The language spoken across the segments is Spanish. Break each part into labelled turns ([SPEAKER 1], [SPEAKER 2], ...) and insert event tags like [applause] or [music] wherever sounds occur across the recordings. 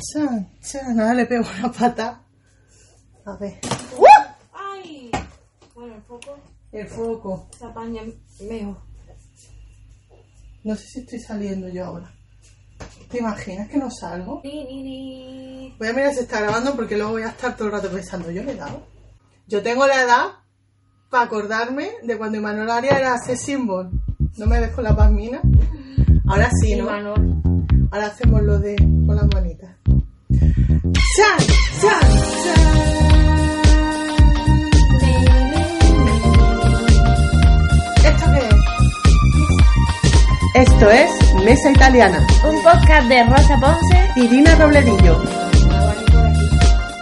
[SPEAKER 1] Chan, chan. Ahora le pego una pata. A ver. ¡Uh!
[SPEAKER 2] ¡Ay! Bueno, el foco
[SPEAKER 1] El foco.
[SPEAKER 2] se apaña mejor.
[SPEAKER 1] No sé si estoy saliendo yo ahora. ¿Te imaginas que no salgo?
[SPEAKER 2] Ni, ni, ni.
[SPEAKER 1] Voy a mirar si está grabando porque luego voy a estar todo el rato pensando, ¿yo le he dado? Yo tengo la edad para acordarme de cuando Imanol Arias era ese símbolo. ¿No me ves con la pasmina? Ahora sí,
[SPEAKER 2] Y
[SPEAKER 1] ¿no?
[SPEAKER 2] Manol.
[SPEAKER 1] Ahora hacemos lo de con las manitas. ¡Chan! ¡Chan! ¡Chan! ¿Esto qué es? Esto es Mesa Italiana.
[SPEAKER 2] Un podcast de Rosa Ponce.
[SPEAKER 1] Irina Robledillo.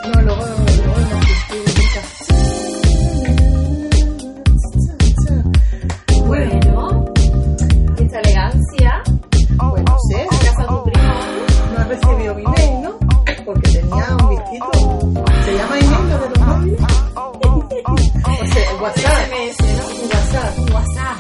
[SPEAKER 1] No, luego, luego, luego, no, que estoy loca. Bueno,
[SPEAKER 2] Bueno, esta elegancia.
[SPEAKER 1] bueno, no sé,
[SPEAKER 2] En casa de tu primo.
[SPEAKER 1] no ha recibido mi mail, ¿no? Porque tenía un vestido. ¿Se llama email lo de los móviles? O sea, el WhatsApp.
[SPEAKER 2] SMS, ¿no?
[SPEAKER 1] El WhatsApp.
[SPEAKER 2] WhatsApp.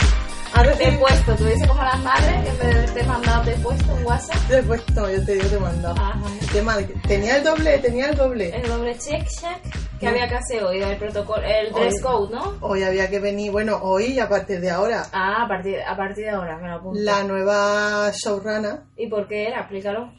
[SPEAKER 1] Ha
[SPEAKER 2] Te he
[SPEAKER 1] recibido.
[SPEAKER 2] puesto, tú dices como las madres, que en vez de haberte mandado te he puesto un WhatsApp.
[SPEAKER 1] Después, no, yo te digo, te he mandado.
[SPEAKER 2] Ajá.
[SPEAKER 1] Te mandé- Tenía el doble, tenía el doble.
[SPEAKER 2] El doble check check que
[SPEAKER 1] No.
[SPEAKER 2] había que hacer hoy, el protocolo, el
[SPEAKER 1] Hoy.
[SPEAKER 2] dress code, ¿no?
[SPEAKER 1] Hoy había que venir, bueno, hoy y a partir de ahora,
[SPEAKER 2] Ah, a partir, a partir de ahora me lo apunto.
[SPEAKER 1] la nueva showrunner
[SPEAKER 2] ¿Y por qué era? Explícalo.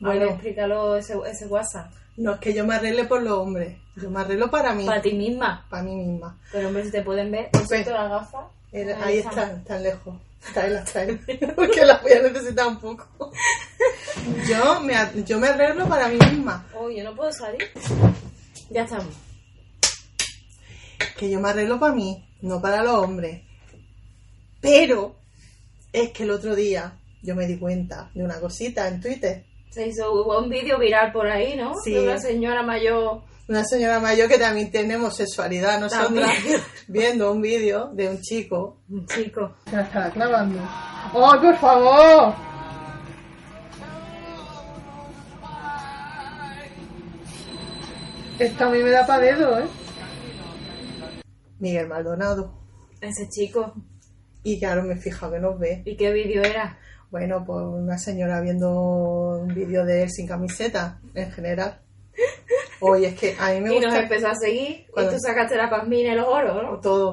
[SPEAKER 1] Bueno.
[SPEAKER 2] Bueno, explícalo ese, ese WhatsApp.
[SPEAKER 1] No es que yo me arregle por los hombres, yo me arreglo para mí,
[SPEAKER 2] Para ti misma.
[SPEAKER 1] para mí misma.
[SPEAKER 2] Pero hombre, si te pueden ver, excepto
[SPEAKER 1] Pues,
[SPEAKER 2] la gafa.
[SPEAKER 1] El- ahí están, tan lejos. Tráela, tráela. [laughs] Porque las voy a necesitar un poco. Yo me, ar- yo me arreglo para mí misma.
[SPEAKER 2] Oh, yo no puedo salir. Ya estamos.
[SPEAKER 1] Que yo me arreglo para mí, no para los hombres. Pero es que el otro día yo me di cuenta de una cosita en Twitter.
[SPEAKER 2] Se hizo un vídeo viral por ahí, ¿no?
[SPEAKER 1] Sí.
[SPEAKER 2] De una señora mayor.
[SPEAKER 1] Una señora mayor que también tenemos sexualidad nosotras,
[SPEAKER 2] También.
[SPEAKER 1] [laughs] viendo un vídeo de un chico
[SPEAKER 2] Un chico.
[SPEAKER 1] Se la estará clavando. ¡Ay, por favor! Esto a mí me da pa' dedo, ¿eh? Miguel Maldonado.
[SPEAKER 2] Ese chico.
[SPEAKER 1] Y claro, me he fijado que nos ve.
[SPEAKER 2] ¿Y qué vídeo era?
[SPEAKER 1] Bueno, pues una señora viendo un vídeo de él sin camiseta, en general. Oye, es que a mí me
[SPEAKER 2] [laughs] Y nos
[SPEAKER 1] gusta
[SPEAKER 2] empezó a seguir.
[SPEAKER 1] Cuando-
[SPEAKER 2] Y tú sacaste la pasmina y los oros, ¿no?
[SPEAKER 1] todo.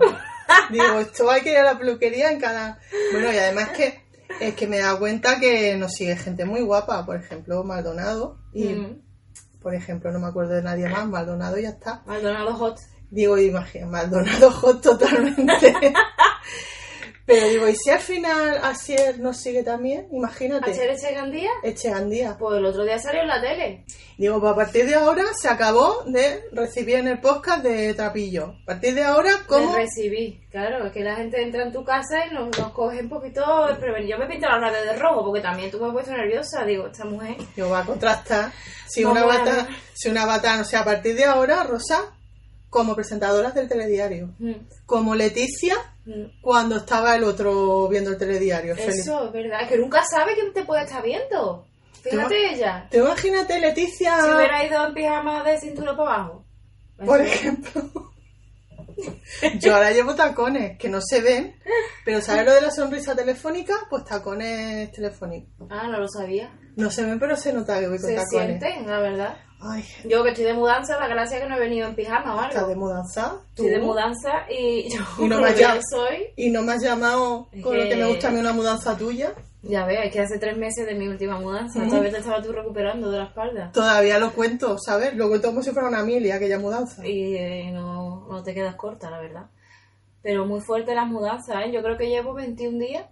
[SPEAKER 1] Digo, esto hay que ir a la peluquería en cada... Bueno, y además que es que me da cuenta que nos sigue gente muy guapa, por ejemplo, Maldonado. Y
[SPEAKER 2] Mm.
[SPEAKER 1] por ejemplo, no me acuerdo de nadie más, Maldonado ya está.
[SPEAKER 2] Maldonado Hot.
[SPEAKER 1] Digo, imagina, Maldonado [laughs] hot totalmente. Pero digo, ¿y si al final Asier nos sigue también?
[SPEAKER 2] ¿Ayer
[SPEAKER 1] Imagínate,
[SPEAKER 2] Echegandía?
[SPEAKER 1] Echeandía.
[SPEAKER 2] Pues el otro día salió en la tele.
[SPEAKER 1] Digo, pues a partir de ahora se acabó de recibir en el podcast de Trapillo. A partir de ahora, ¿cómo?
[SPEAKER 2] Me recibí. Claro, es que la gente entra en tu casa y nos, nos coge un poquito desprevenido. Yo me pinto la radio de rojo porque también tú me has puesto nerviosa. Digo, esta mujer.
[SPEAKER 1] Digo, va a contrastar. Si
[SPEAKER 2] Vamos
[SPEAKER 1] una,
[SPEAKER 2] a ver.
[SPEAKER 1] bata, si una bata, o sea, a partir de ahora, Rosa, como presentadoras del telediario.
[SPEAKER 2] Mm,
[SPEAKER 1] Como Leticia,
[SPEAKER 2] mm.
[SPEAKER 1] cuando estaba el otro viendo el telediario. Feliz.
[SPEAKER 2] Eso es verdad. Es que nunca sabe quién te puede estar viendo. Fíjate ella.
[SPEAKER 1] Te imagínate, Leticia,
[SPEAKER 2] Si hubiera ido en pijama de cintura para abajo.
[SPEAKER 1] por ejemplo. [laughs] Yo ahora llevo tacones que no se ven, pero ¿sabes lo de la sonrisa telefónica? Pues tacones telefónicos.
[SPEAKER 2] Ah, no lo sabía.
[SPEAKER 1] No se ven, pero se nota que voy con
[SPEAKER 2] Se
[SPEAKER 1] tacones.
[SPEAKER 2] sienten, la verdad.
[SPEAKER 1] Ay,
[SPEAKER 2] Yo que estoy de mudanza, la gracia es que no he venido en pijama o
[SPEAKER 1] estás
[SPEAKER 2] algo.
[SPEAKER 1] de mudanza. tú.
[SPEAKER 2] Estoy de mudanza y [laughs] yo
[SPEAKER 1] Y no
[SPEAKER 2] lo
[SPEAKER 1] me has
[SPEAKER 2] que yo
[SPEAKER 1] llamado.
[SPEAKER 2] soy.
[SPEAKER 1] Y no me has llamado
[SPEAKER 2] Es
[SPEAKER 1] con lo que
[SPEAKER 2] que-
[SPEAKER 1] me gusta a mí una mudanza tuya.
[SPEAKER 2] Ya veo, es que hace tres meses de mi última mudanza.
[SPEAKER 1] Ujú.
[SPEAKER 2] Todavía te estaba tú recuperando de la espalda.
[SPEAKER 1] Todavía lo cuento, ¿sabes? Lo cuento como si fuera una mili aquella mudanza.
[SPEAKER 2] Y eh, no, no te quedas corta, la verdad. Pero muy fuerte las mudanzas, ¿eh? Yo creo que llevo 21 días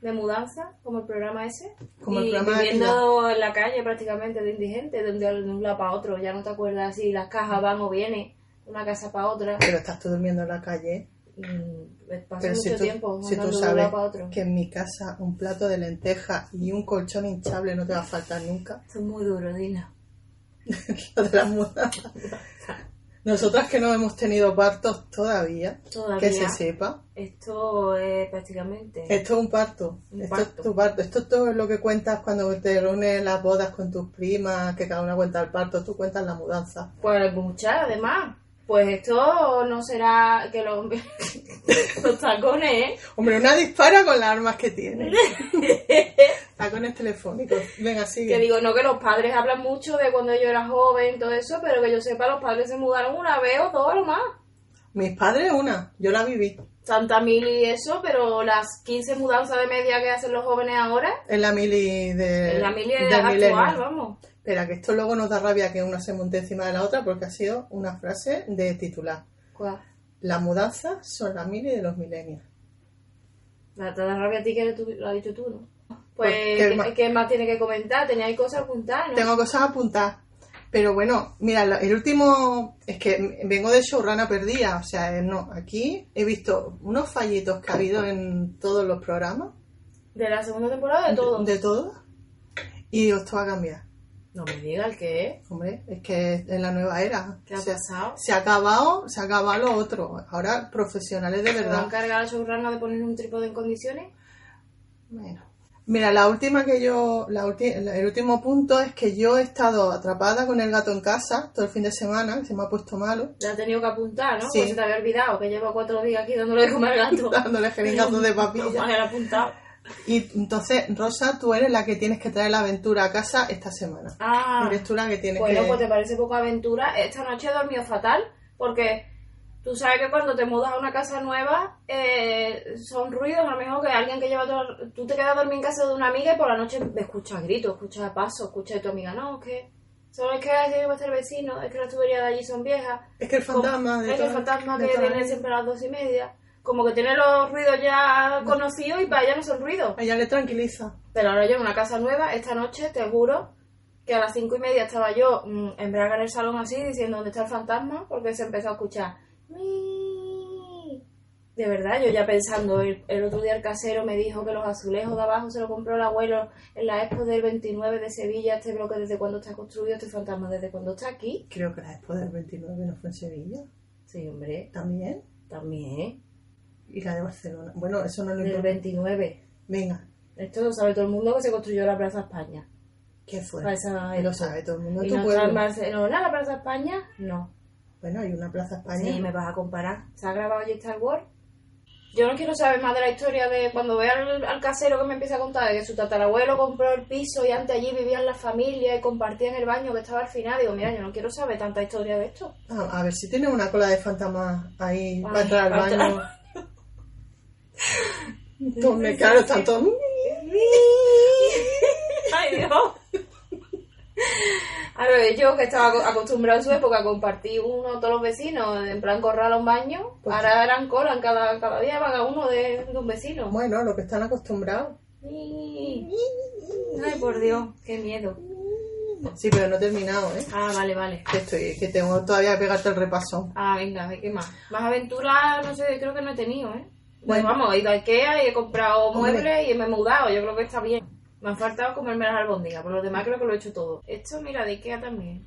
[SPEAKER 2] de mudanza, como el programa ese.
[SPEAKER 1] Como el
[SPEAKER 2] y
[SPEAKER 1] programa de
[SPEAKER 2] viviendo en la calle prácticamente de indigente, de un día- de un lado para otro. Ya no te acuerdas si las cajas van o vienen, de una casa para otra.
[SPEAKER 1] Pero estás tú durmiendo en la calle. ¿eh?
[SPEAKER 2] Mm, Pasa
[SPEAKER 1] Pero
[SPEAKER 2] mucho
[SPEAKER 1] si tú,
[SPEAKER 2] tiempo
[SPEAKER 1] si tú
[SPEAKER 2] andando de un
[SPEAKER 1] sabes
[SPEAKER 2] lado para otro.
[SPEAKER 1] que en mi casa un plato de lentejas y un colchón hinchable no te va a faltar nunca, [laughs]
[SPEAKER 2] Esto es muy duro, Dina.
[SPEAKER 1] lo de las mudanzas. Nosotras que no hemos tenido partos todavía,
[SPEAKER 2] Todavía.
[SPEAKER 1] que se sepa,
[SPEAKER 2] Esto es prácticamente...
[SPEAKER 1] esto es un parto.
[SPEAKER 2] Un
[SPEAKER 1] esto
[SPEAKER 2] parto.
[SPEAKER 1] es tu parto. Esto es todo lo que cuentas cuando te reúnes en las bodas con tus primas, que cada una cuenta el parto, tú cuentas la mudanza.
[SPEAKER 2] Pues mucha, además. Pues esto no será que los, [laughs] los tacones, ¿eh?
[SPEAKER 1] Hombre, una dispara con las armas que tiene.
[SPEAKER 2] [laughs]
[SPEAKER 1] Tacones telefónicos. Venga,
[SPEAKER 2] Que
[SPEAKER 1] sigue.
[SPEAKER 2] digo, no que los padres hablan mucho de cuando yo era joven, todo eso, pero que yo sepa, los padres se mudaron una vez o dos a lo más.
[SPEAKER 1] Mis padres, una. Yo la viví.
[SPEAKER 2] Santa Mil y eso, pero las 15 mudanzas de media que hacen los jóvenes ahora,
[SPEAKER 1] En la mili de.
[SPEAKER 2] en la mili
[SPEAKER 1] del
[SPEAKER 2] Eh, de actual,
[SPEAKER 1] milenio.
[SPEAKER 2] vamos.
[SPEAKER 1] Espera, que esto luego nos da rabia que una se monte encima de la otra porque ha sido una frase de titular.
[SPEAKER 2] ¿Cuál?
[SPEAKER 1] Las mudanzas son la mili de los milenios.
[SPEAKER 2] La, te da rabia a ti que tú- lo has dicho tú, ¿no? Pues,
[SPEAKER 1] Pues, ¿qué
[SPEAKER 2] ¿qué,
[SPEAKER 1] más?
[SPEAKER 2] qué más tiene que comentar? Teníais cosas apuntadas, ¿no?
[SPEAKER 1] Tengo cosas apuntadas. Pero bueno, mira, lo- el último es que m- vengo de showrana perdida, o sea, eh, no, aquí he visto unos fallitos que ha habido en todos los programas,
[SPEAKER 2] De la segunda temporada, de todo.
[SPEAKER 1] de todos, y esto va a cambiar.
[SPEAKER 2] No me digas el ¿eh? que es.
[SPEAKER 1] Hombre, es que es la nueva era.
[SPEAKER 2] ¿Qué
[SPEAKER 1] O
[SPEAKER 2] ha
[SPEAKER 1] sea,
[SPEAKER 2] pasado?
[SPEAKER 1] se ha acabado, se ha acabado lo otro. Ahora profesionales de
[SPEAKER 2] ¿Se va a
[SPEAKER 1] verdad.
[SPEAKER 2] encargar la showrunner de poner un trípode en condiciones?
[SPEAKER 1] Bueno. Mira, la última que yo, la ulti- la- el último punto es que yo he estado atrapada con el gato en casa todo el fin de semana, que se me ha puesto malo,
[SPEAKER 2] La has tenido que apuntar, ¿no?
[SPEAKER 1] Sí.
[SPEAKER 2] Pues se te había olvidado que llevo cuatro días aquí dándole de comer al gato.
[SPEAKER 1] [laughs] dándole jeringazos de
[SPEAKER 2] No
[SPEAKER 1] papilla.
[SPEAKER 2] me [laughs] había apuntado.
[SPEAKER 1] Y entonces, Rosa, tú eres la que tienes que traer la aventura a casa esta semana.
[SPEAKER 2] Ah,
[SPEAKER 1] Eres tú la que tienes
[SPEAKER 2] bueno,
[SPEAKER 1] que...
[SPEAKER 2] pues te parece poca aventura. Esta noche he dormido fatal porque tú sabes que cuando te mudas a una casa nueva eh, son ruidos. A lo mejor que alguien que lleva todo... Tú te quedas a dormir en casa de una amiga y por la noche escuchas gritos, escuchas pasos, escuchas de tu amiga. No, es que... Solo es que tiene que ser vecino, es que las tuberías de allí son viejas.
[SPEAKER 1] Es que el fantasma... de
[SPEAKER 2] es que el
[SPEAKER 1] toda-
[SPEAKER 2] fantasma
[SPEAKER 1] de
[SPEAKER 2] que
[SPEAKER 1] toda la
[SPEAKER 2] viene
[SPEAKER 1] vida.
[SPEAKER 2] siempre a las dos y media. Como que tiene los ruidos ya conocidos y para ella no son ruidos.
[SPEAKER 1] A ella le tranquiliza.
[SPEAKER 2] Pero ahora yo en una casa nueva, esta noche te juro que a las cinco y media estaba yo mm, en braga en el salón así diciendo dónde está el fantasma porque se empezó a escuchar. "Mi". De verdad, yo ya pensando, el, el otro día el casero me dijo que los azulejos de abajo se lo compró el abuelo en la expo del 29 de Sevilla, este bloque desde cuando está construido, este fantasma desde cuando está aquí.
[SPEAKER 1] Creo que la después del 29 no fue en Sevilla.
[SPEAKER 2] Sí, hombre,
[SPEAKER 1] También.
[SPEAKER 2] también,
[SPEAKER 1] Y la de Barcelona. Bueno, eso no lo
[SPEAKER 2] del
[SPEAKER 1] importa.
[SPEAKER 2] 29.
[SPEAKER 1] Venga,
[SPEAKER 2] Esto lo sabe todo el mundo que se construyó la Plaza España.
[SPEAKER 1] ¿qué fue?
[SPEAKER 2] Para esa
[SPEAKER 1] Lo
[SPEAKER 2] época.
[SPEAKER 1] sabe todo el mundo en
[SPEAKER 2] ¿Y
[SPEAKER 1] tu
[SPEAKER 2] no Pues, ah, está
[SPEAKER 1] pueblo.
[SPEAKER 2] en Barcelona la Plaza España? No.
[SPEAKER 1] Bueno, hay una Plaza España.
[SPEAKER 2] Sí, me vas a comparar. ¿Se ha grabado ya Star Wars? Yo no quiero saber más de la historia de cuando vea al, al casero que me empieza a contar de que su tatarabuelo compró el piso y antes allí vivían la familia y compartían el baño que estaba al final. Digo, mira, yo no quiero saber tanta historia de esto.
[SPEAKER 1] Ah, a ver si tiene una cola de fantasma ahí
[SPEAKER 2] Ay,
[SPEAKER 1] para entrar al
[SPEAKER 2] para
[SPEAKER 1] baño.
[SPEAKER 2] entrar. [laughs]
[SPEAKER 1] Todos me- claro, están todos. [laughs]
[SPEAKER 2] ¡Ay, Dios! A ver, yo que estaba aco- acostumbrado en su época a compartir uno todos los vecinos, en plan corral a un baño,
[SPEAKER 1] Pues
[SPEAKER 2] ahora eran colan, cada, cada día van a uno de, de un vecino.
[SPEAKER 1] Bueno, lo que están acostumbrados.
[SPEAKER 2] Ay, por Dios, qué miedo.
[SPEAKER 1] Sí, pero no he terminado, ¿eh?
[SPEAKER 2] Ah, vale, vale.
[SPEAKER 1] Que, estoy, que tengo todavía que pegarte el repaso.
[SPEAKER 2] Ah, venga, ¿qué más? Más aventuras, no sé, creo que no he tenido, ¿eh?
[SPEAKER 1] Bueno.
[SPEAKER 2] Bueno, vamos, he ido a Ikea y he comprado
[SPEAKER 1] Hombre.
[SPEAKER 2] muebles y me he mudado, yo creo que está bien. Me han faltado comerme las albóndigas, por lo demás creo que lo he hecho todo. Esto, mira, de Ikea también.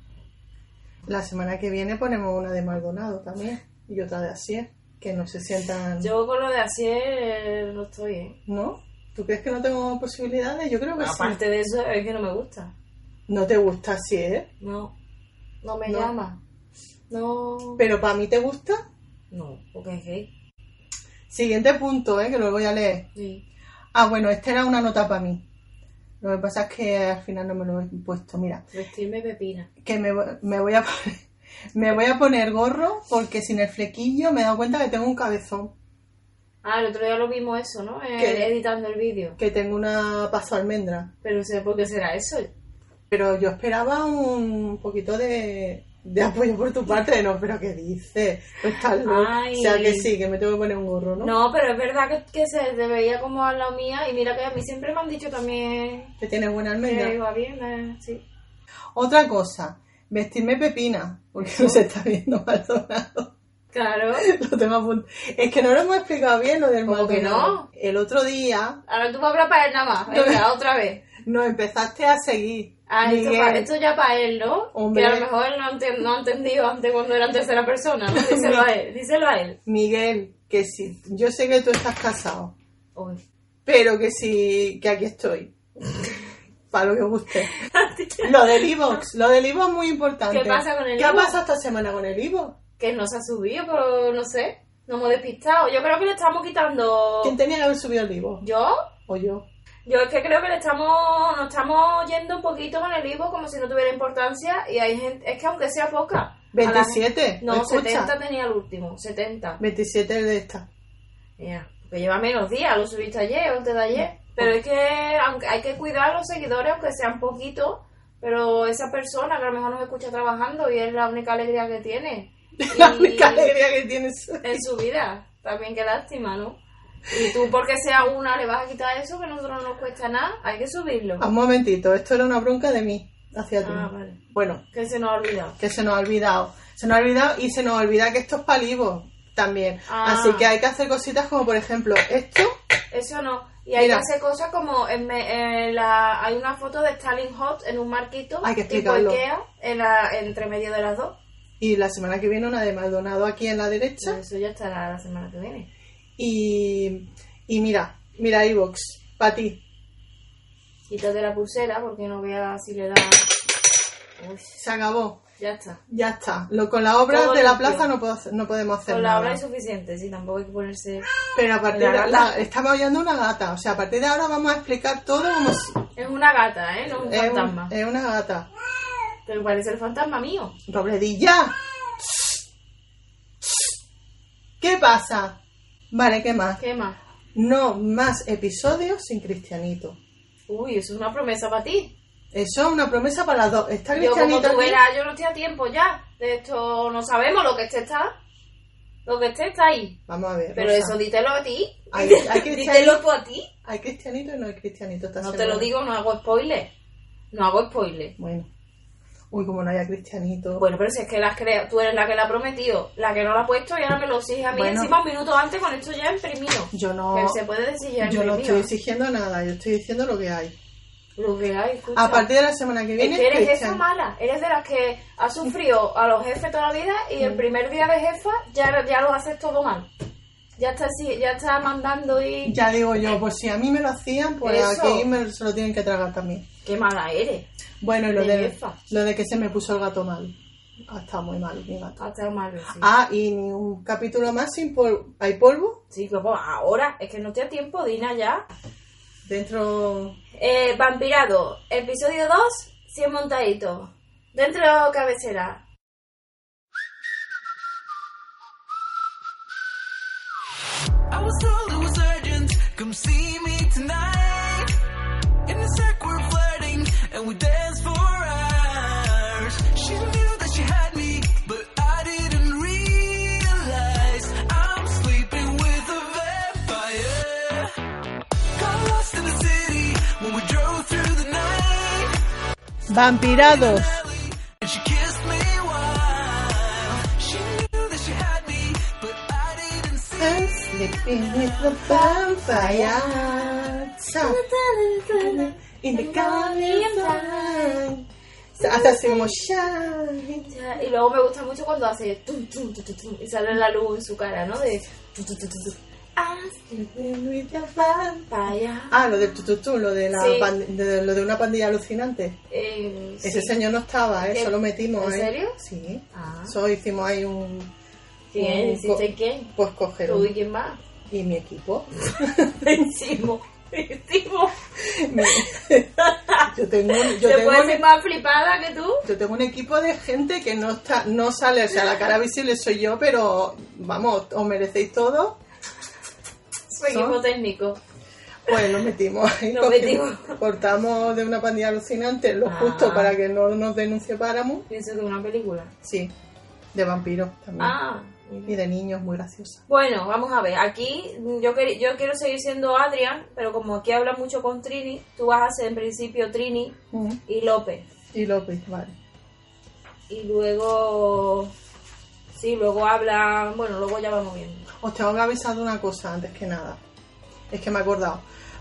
[SPEAKER 1] La semana que viene ponemos una de Maldonado también y otra de Asier, que no se sientan.
[SPEAKER 2] Yo con lo de Asier eh, no estoy, ¿eh?
[SPEAKER 1] ¿No? ¿Tú crees que no tengo posibilidades? Yo creo
[SPEAKER 2] Pues
[SPEAKER 1] que sí.
[SPEAKER 2] Aparte de eso, es que no me gusta.
[SPEAKER 1] No te gusta Asier, ¿eh?
[SPEAKER 2] No, no me
[SPEAKER 1] No.
[SPEAKER 2] llama. No.
[SPEAKER 1] pero para mí te gusta.
[SPEAKER 2] No, porque es gay.
[SPEAKER 1] Siguiente punto, ¿eh? Que lo voy a leer.
[SPEAKER 2] Sí.
[SPEAKER 1] Ah, bueno, esta era una nota para mí. Lo que pasa es que al final no me lo he puesto. Mira,
[SPEAKER 2] Vestirme pepina.
[SPEAKER 1] que me, vo- me voy a [laughs] poner, me voy a poner gorro porque sin el flequillo me he dado cuenta que tengo un cabezón,
[SPEAKER 2] Ah, el otro día lo vimos eso, ¿no? Eh,
[SPEAKER 1] ¿Qué?
[SPEAKER 2] editando el vídeo.
[SPEAKER 1] que tengo una paso almendra.
[SPEAKER 2] Pero sé por qué será eso.
[SPEAKER 1] Pero yo esperaba un poquito de, de apoyo por tu parte, no, pero ¿qué dices? Pues estás loca.
[SPEAKER 2] Ay.
[SPEAKER 1] O sea que sí, que me tengo que poner un gorro, ¿no?
[SPEAKER 2] No, pero es verdad que, que se te veía como a la mía. Y mira que a mí siempre me han dicho también
[SPEAKER 1] Que tienes buena almendra.
[SPEAKER 2] que va bien, eh, sí.
[SPEAKER 1] Otra cosa, vestirme pepina, porque no se está viendo Maldonado.
[SPEAKER 2] Claro.
[SPEAKER 1] [laughs] Lo tengo apunt- Es que no lo hemos explicado bien lo del
[SPEAKER 2] ¿Cómo que
[SPEAKER 1] Maldonado. El otro día
[SPEAKER 2] Ahora tú vas a hablar para él nada más. [laughs] Venga, otra vez.
[SPEAKER 1] nos empezaste a seguir.
[SPEAKER 2] Ah, esto,
[SPEAKER 1] Miguel.
[SPEAKER 2] pa- esto ya para él, ¿no?
[SPEAKER 1] Hombre.
[SPEAKER 2] Que a lo mejor él no, enten- no ha entendido antes cuando era en
[SPEAKER 1] [laughs]
[SPEAKER 2] tercera persona. ¿no? Díselo a él, díselo a él.
[SPEAKER 1] Miguel, que sí, yo sé que tú estás casado,
[SPEAKER 2] Uy.
[SPEAKER 1] pero que sí, que aquí
[SPEAKER 2] [laughs]
[SPEAKER 1] estoy. Para lo que guste. lo del Evox, lo del Evox es muy importante.
[SPEAKER 2] ¿Qué pasa con el
[SPEAKER 1] ¿Qué ha
[SPEAKER 2] iVoox?
[SPEAKER 1] pasado esta semana con el Evox?
[SPEAKER 2] que no se ha subido, pero no sé, nos hemos despistado. Yo creo que le estamos quitando.
[SPEAKER 1] ¿Quién tenía que haber subido el vivo?
[SPEAKER 2] ¿Yo?
[SPEAKER 1] ¿O yo?
[SPEAKER 2] Yo es que creo que le estamos, nos estamos yendo un poquito con el Ivo como si no tuviera importancia y hay gente, es que aunque sea poca. a la
[SPEAKER 1] 27.
[SPEAKER 2] gente- no,
[SPEAKER 1] escucha.
[SPEAKER 2] 70 tenía el último, 70.
[SPEAKER 1] 27 de esta.
[SPEAKER 2] Ya, porque lleva menos días, lo subiste ayer, antes de ayer. Pero es que aunque hay que cuidar a los seguidores, aunque sean poquitos, pero esa persona que a lo mejor nos escucha trabajando y es la única alegría que tiene.
[SPEAKER 1] [laughs] La
[SPEAKER 2] Y-
[SPEAKER 1] única alegría que tienes.
[SPEAKER 2] en su vida. También qué lástima, ¿no? Y tú porque sea una le vas a quitar eso que a nosotros no nos cuesta nada, hay que subirlo.
[SPEAKER 1] Ah, Un momentito, esto era una bronca de mí hacia ti.
[SPEAKER 2] Ah, vale.
[SPEAKER 1] Bueno,
[SPEAKER 2] Que se nos ha olvidado.
[SPEAKER 1] que se nos ha olvidado. Se nos ha olvidado y se nos olvida que esto es palivo también.
[SPEAKER 2] Ah.
[SPEAKER 1] Así que hay que hacer cositas como, por ejemplo, esto.
[SPEAKER 2] Eso no. Y hay
[SPEAKER 1] Mira.
[SPEAKER 2] que hacer cosas como en me- en la- hay una foto de Stalin Hot en un marquito
[SPEAKER 1] Hay que
[SPEAKER 2] tipo
[SPEAKER 1] explicarlo.
[SPEAKER 2] Ikea en la- entre medio de las dos.
[SPEAKER 1] Y la semana que viene una de Maldonado aquí en la derecha.
[SPEAKER 2] Eso ya estará la semana que viene.
[SPEAKER 1] Y, y mira, mira iVox, para ti.
[SPEAKER 2] Quítate la pulsera porque no vea si le da. Uy,
[SPEAKER 1] Se acabó.
[SPEAKER 2] ya está.
[SPEAKER 1] Ya está. Lo, con la obra
[SPEAKER 2] Todo
[SPEAKER 1] de la
[SPEAKER 2] limpio.
[SPEAKER 1] plaza no, puedo hacer- no podemos hacer
[SPEAKER 2] Con la
[SPEAKER 1] nada.
[SPEAKER 2] obra es suficiente, sí, tampoco hay que ponerse.
[SPEAKER 1] Pero a partir
[SPEAKER 2] La
[SPEAKER 1] de
[SPEAKER 2] gata.
[SPEAKER 1] la, estaba oyendo una gata. O sea, a partir de ahora vamos a explicar todo como si-
[SPEAKER 2] Es una gata, ¿eh? No un
[SPEAKER 1] es, un-
[SPEAKER 2] fantasma.
[SPEAKER 1] es una gata.
[SPEAKER 2] Pero parece el fantasma mío.
[SPEAKER 1] Robledilla. ¿Qué pasa? Vale, ¿qué más?
[SPEAKER 2] ¿Qué más?
[SPEAKER 1] No más episodios sin Cristianito.
[SPEAKER 2] Uy, eso es una promesa para ti.
[SPEAKER 1] Eso es una promesa para las dos. Está
[SPEAKER 2] Yo como
[SPEAKER 1] Cristianito
[SPEAKER 2] tú
[SPEAKER 1] aquí?
[SPEAKER 2] verás, yo no estoy a tiempo ya. De esto no sabemos lo que este está. Lo que este está ahí.
[SPEAKER 1] Vamos a ver.
[SPEAKER 2] Pero
[SPEAKER 1] Rosa.
[SPEAKER 2] eso dítelo a ti. [laughs]
[SPEAKER 1] Hay- hay que estar-
[SPEAKER 2] dítelo tú a ti.
[SPEAKER 1] Hay Cristianito y no hay Cristianito. esta
[SPEAKER 2] No te
[SPEAKER 1] semana.
[SPEAKER 2] lo digo, no hago spoiler. No hago spoiler.
[SPEAKER 1] Bueno. Uy, como no haya Cristianito.
[SPEAKER 2] Bueno, pero si es que las crea- tú eres la que la ha prometido, la que no la ha puesto y ahora me lo exiges a mí
[SPEAKER 1] Bueno.
[SPEAKER 2] encima un minuto antes con esto ya imprimido.
[SPEAKER 1] yo no.
[SPEAKER 2] Que se puede decir ya
[SPEAKER 1] Yo no
[SPEAKER 2] imprimido.
[SPEAKER 1] estoy exigiendo nada. Yo estoy diciendo lo que hay.
[SPEAKER 2] Lo que hay, escucha.
[SPEAKER 1] A partir de la semana que viene.
[SPEAKER 2] Es que eres jefa
[SPEAKER 1] Cristian-
[SPEAKER 2] mala, eres de las que ha sufrido a los jefes toda la vida y
[SPEAKER 1] Mm.
[SPEAKER 2] el primer día de jefa ya, ya lo haces todo mal. Ya está, así- ya está mandando y...
[SPEAKER 1] Ya digo yo, pues si a mí me lo hacían, pues
[SPEAKER 2] Eso.
[SPEAKER 1] aquí me, se lo tienen que tragar también.
[SPEAKER 2] Qué mala eres.
[SPEAKER 1] Bueno, y lo
[SPEAKER 2] De
[SPEAKER 1] de,
[SPEAKER 2] jefa.
[SPEAKER 1] lo de que se me puso el gato mal. Ha estado muy mal mi gato.
[SPEAKER 2] Ha estado mal. Sí,
[SPEAKER 1] Ah, y ni un capítulo más sin polvo. ¿Hay polvo?
[SPEAKER 2] Sí, que, pues, ahora es que no te da tiempo, Dina, ya.
[SPEAKER 1] Dentro.
[SPEAKER 2] Eh, Vampirado, episodio 2, 100 montaditos. Dentro cabecera.
[SPEAKER 3] I was told it was urgent. Come see me tonight. In the circ, we're flirting and we danced for hours. She knew that she had me, but I didn't realize I'm sleeping with a vampire. Got lost in the city when we drove through the night.
[SPEAKER 1] Vampirados.
[SPEAKER 3] And she kissed me wild. She knew that she had me, but I didn't see.
[SPEAKER 1] I'm sleeping with the vampire. So- In the morning light. Hace así como shine.
[SPEAKER 2] Ya, Y luego me gusta mucho cuando hace tum, tum, tum, tum, tum, y sale la luz en su cara, ¿no? De tum, tum, tum, tum, tum. Ah,
[SPEAKER 1] Sleeping with the vampire.
[SPEAKER 2] para allá.
[SPEAKER 1] Ah, lo del tututú, lo de, la
[SPEAKER 2] Sí.
[SPEAKER 1] pand- de- lo de una pandilla alucinante.
[SPEAKER 2] Eh,
[SPEAKER 1] Ese
[SPEAKER 2] sí.
[SPEAKER 1] señor no estaba, ¿eh?
[SPEAKER 2] ¿Qué?
[SPEAKER 1] eso lo metimos.
[SPEAKER 2] ¿En
[SPEAKER 1] ¿eh?
[SPEAKER 2] serio?
[SPEAKER 1] Sí.
[SPEAKER 2] Ah,
[SPEAKER 1] Eso hicimos ahí un.
[SPEAKER 2] ¿quién?
[SPEAKER 1] un co-
[SPEAKER 2] ¿Hiciste quién?
[SPEAKER 1] Pues coger
[SPEAKER 2] ¿Tú
[SPEAKER 1] un-
[SPEAKER 2] y
[SPEAKER 1] [laughs]
[SPEAKER 2] quién más?
[SPEAKER 1] Y mi
[SPEAKER 2] [laughs]
[SPEAKER 1] equipo.
[SPEAKER 2] Hicimos. Hicimos.
[SPEAKER 1] Me- [laughs] yo, tengo, un- yo,
[SPEAKER 2] ¿Te
[SPEAKER 1] tengo
[SPEAKER 2] puedes
[SPEAKER 1] un,
[SPEAKER 2] ser más flipada que tú?
[SPEAKER 1] yo tengo un equipo de gente que no está no sale, o sea, la cara visible soy yo, pero vamos, os merecéis todo.
[SPEAKER 2] Su equipo técnico.
[SPEAKER 1] Pues nos metimos ahí,
[SPEAKER 2] Nos
[SPEAKER 1] cogimos-
[SPEAKER 2] metimos.
[SPEAKER 1] cortamos de una pandilla alucinante lo
[SPEAKER 2] Ah.
[SPEAKER 1] justo para que no nos denunciáramos.
[SPEAKER 2] Pienso que una película.
[SPEAKER 1] Sí, de vampiros también.
[SPEAKER 2] Ah,
[SPEAKER 1] Y de niños, muy graciosa.
[SPEAKER 2] Bueno, vamos a ver. Aquí yo, quer- yo quiero seguir siendo Adrián, pero como aquí habla mucho con Trini, tú vas a ser en principio Trini y López.
[SPEAKER 1] Mm. Y López, vale.
[SPEAKER 2] Y luego. Sí, luego habla. Bueno, luego ya vamos viendo.
[SPEAKER 1] Os tengo que avisar de una cosa antes que nada. Es que me he acordado.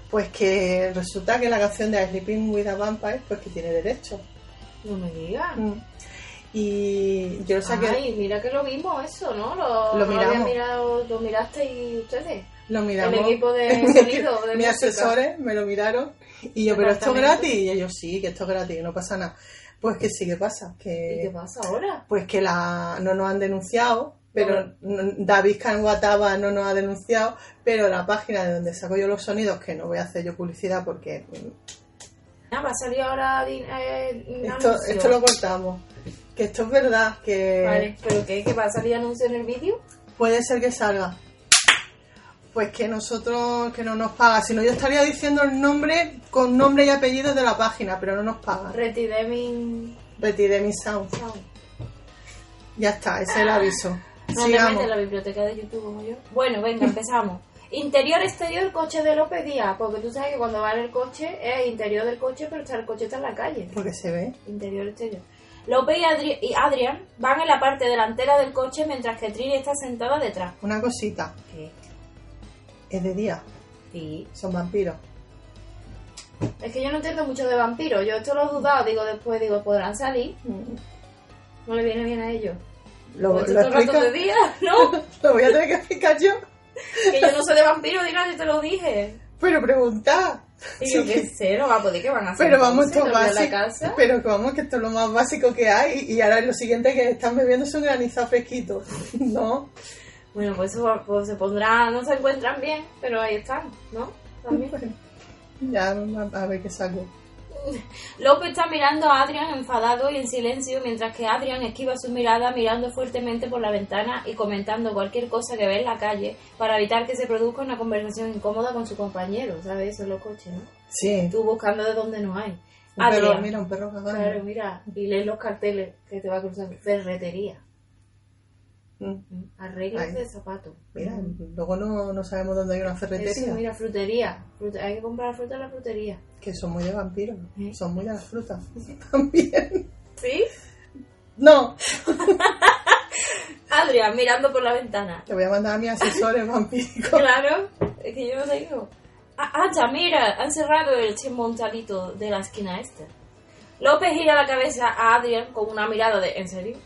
[SPEAKER 1] Pues que resulta que la canción de I Sleeping with a Vampire, pues que tiene derecho.
[SPEAKER 2] No me digas.
[SPEAKER 1] Mm. Y yo lo saqué.
[SPEAKER 2] Ay, mira que lo vimos eso, ¿no? Lo,
[SPEAKER 1] Lo
[SPEAKER 2] no había
[SPEAKER 1] miramos.
[SPEAKER 2] mirado, lo miraste y ustedes.
[SPEAKER 1] Lo miramos.
[SPEAKER 2] El equipo de
[SPEAKER 1] [laughs] Mi-
[SPEAKER 2] sonido, de
[SPEAKER 1] Mis
[SPEAKER 2] música.
[SPEAKER 1] asesores me lo miraron y yo, pero esto es
[SPEAKER 2] Departamento.
[SPEAKER 1] gratis. Y ellos, sí, que esto es gratis, no pasa nada. Pues que sí, que pasa. Que,
[SPEAKER 2] ¿Y qué pasa ahora?
[SPEAKER 1] Pues que la, no nos han denunciado, pero n- David Canguataba no nos ha denunciado, pero la página de donde saco yo los sonidos, que no voy a hacer yo publicidad porque mm,
[SPEAKER 2] Ah, va a salir ahora din- eh, un
[SPEAKER 1] esto,
[SPEAKER 2] anuncio.
[SPEAKER 1] esto lo cortamos. Que esto es verdad, que
[SPEAKER 2] Vale, ¿pero qué? ¿Que va a salir anuncio en el vídeo?
[SPEAKER 1] puede ser que salga. Pues que nosotros, que no nos paga. Si no, yo estaría diciendo el nombre con nombre y apellido de la página, pero no nos paga.
[SPEAKER 2] Retideming
[SPEAKER 1] Retiré mi sound.
[SPEAKER 2] Sound.
[SPEAKER 1] Ya está, ese es el aviso.
[SPEAKER 2] No te
[SPEAKER 1] Sigamos.
[SPEAKER 2] metes en la biblioteca de YouTube como yo. Bueno,
[SPEAKER 1] [laughs]
[SPEAKER 2] venga, empezamos. Interior, exterior, coche de López Díaz. Porque tú sabes que cuando va en el coche es interior del coche, pero está el coche está en la calle.
[SPEAKER 1] Porque se ve.
[SPEAKER 2] Interior, exterior. López y, Adri- y Adrián van en la parte delantera del coche mientras que Trini está sentada detrás.
[SPEAKER 1] Una cosita,
[SPEAKER 2] ¿Qué?
[SPEAKER 1] es de día,
[SPEAKER 2] Sí.
[SPEAKER 1] son vampiros.
[SPEAKER 2] Es que yo no entiendo mucho de vampiros. Yo esto lo he dudado. Digo, después digo, ¿podrán salir? No le viene bien a ellos.
[SPEAKER 1] Lo,
[SPEAKER 2] Pues
[SPEAKER 1] lo
[SPEAKER 2] esto todo el rato
[SPEAKER 1] explico.
[SPEAKER 2] de día, ¿no?
[SPEAKER 1] [laughs] Lo voy a tener que explicar yo.
[SPEAKER 2] que yo no soy de vampiros, dirás, yo te lo dije.
[SPEAKER 1] Pero preguntar.
[SPEAKER 2] Y yo qué sé, no va a poder que van a hacer.
[SPEAKER 1] Pero vamos,
[SPEAKER 2] entonces?
[SPEAKER 1] esto es
[SPEAKER 2] ¿Dormir en la
[SPEAKER 1] básico.
[SPEAKER 2] casa?
[SPEAKER 1] Pero que vamos, que esto es lo más básico que hay. Y ahora lo siguiente que están bebiendo es un granizado fresquito. [laughs] No,
[SPEAKER 2] Bueno, pues, eso va- pues se pondrá, no se encuentran bien, pero ahí están, ¿no?
[SPEAKER 1] [laughs]
[SPEAKER 2] También.
[SPEAKER 1] ya a ver qué saco.
[SPEAKER 2] López está mirando a Adrián enfadado y en silencio, mientras que Adrián esquiva su mirada mirando fuertemente por la ventana y comentando cualquier cosa que ve en la calle para evitar que se produzca una conversación incómoda con su compañero, ¿sabes? Eso es los coches, ¿no?
[SPEAKER 1] Sí.
[SPEAKER 2] Tú buscando de donde no hay.
[SPEAKER 1] Un perro,
[SPEAKER 2] Adrián,
[SPEAKER 1] mira, un perro cagando.
[SPEAKER 2] Ah, claro, mira, y lees los carteles que te va a cruzar. Ferretería,
[SPEAKER 1] Mm.
[SPEAKER 2] arreglos
[SPEAKER 1] Ay.
[SPEAKER 2] de zapatos.
[SPEAKER 1] Mira, luego no, no sabemos dónde hay una
[SPEAKER 2] Eso,
[SPEAKER 1] ferretería.
[SPEAKER 2] mira, frutería. Frute- hay que comprar fruta en la frutería.
[SPEAKER 1] que son muy de vampiros.
[SPEAKER 2] ¿Eh?
[SPEAKER 1] Son muy de las frutas. [laughs] También.
[SPEAKER 2] ¿Sí?
[SPEAKER 1] No,
[SPEAKER 2] Adrián, mirando por la ventana.
[SPEAKER 1] te voy a mandar a mis asesores vampíricos.
[SPEAKER 2] Claro, es que yo no tengo. Ah, ah, ya, mira, han cerrado el chimontalito de la esquina esta. López gira la cabeza a Adrián con una mirada de ¿en serio?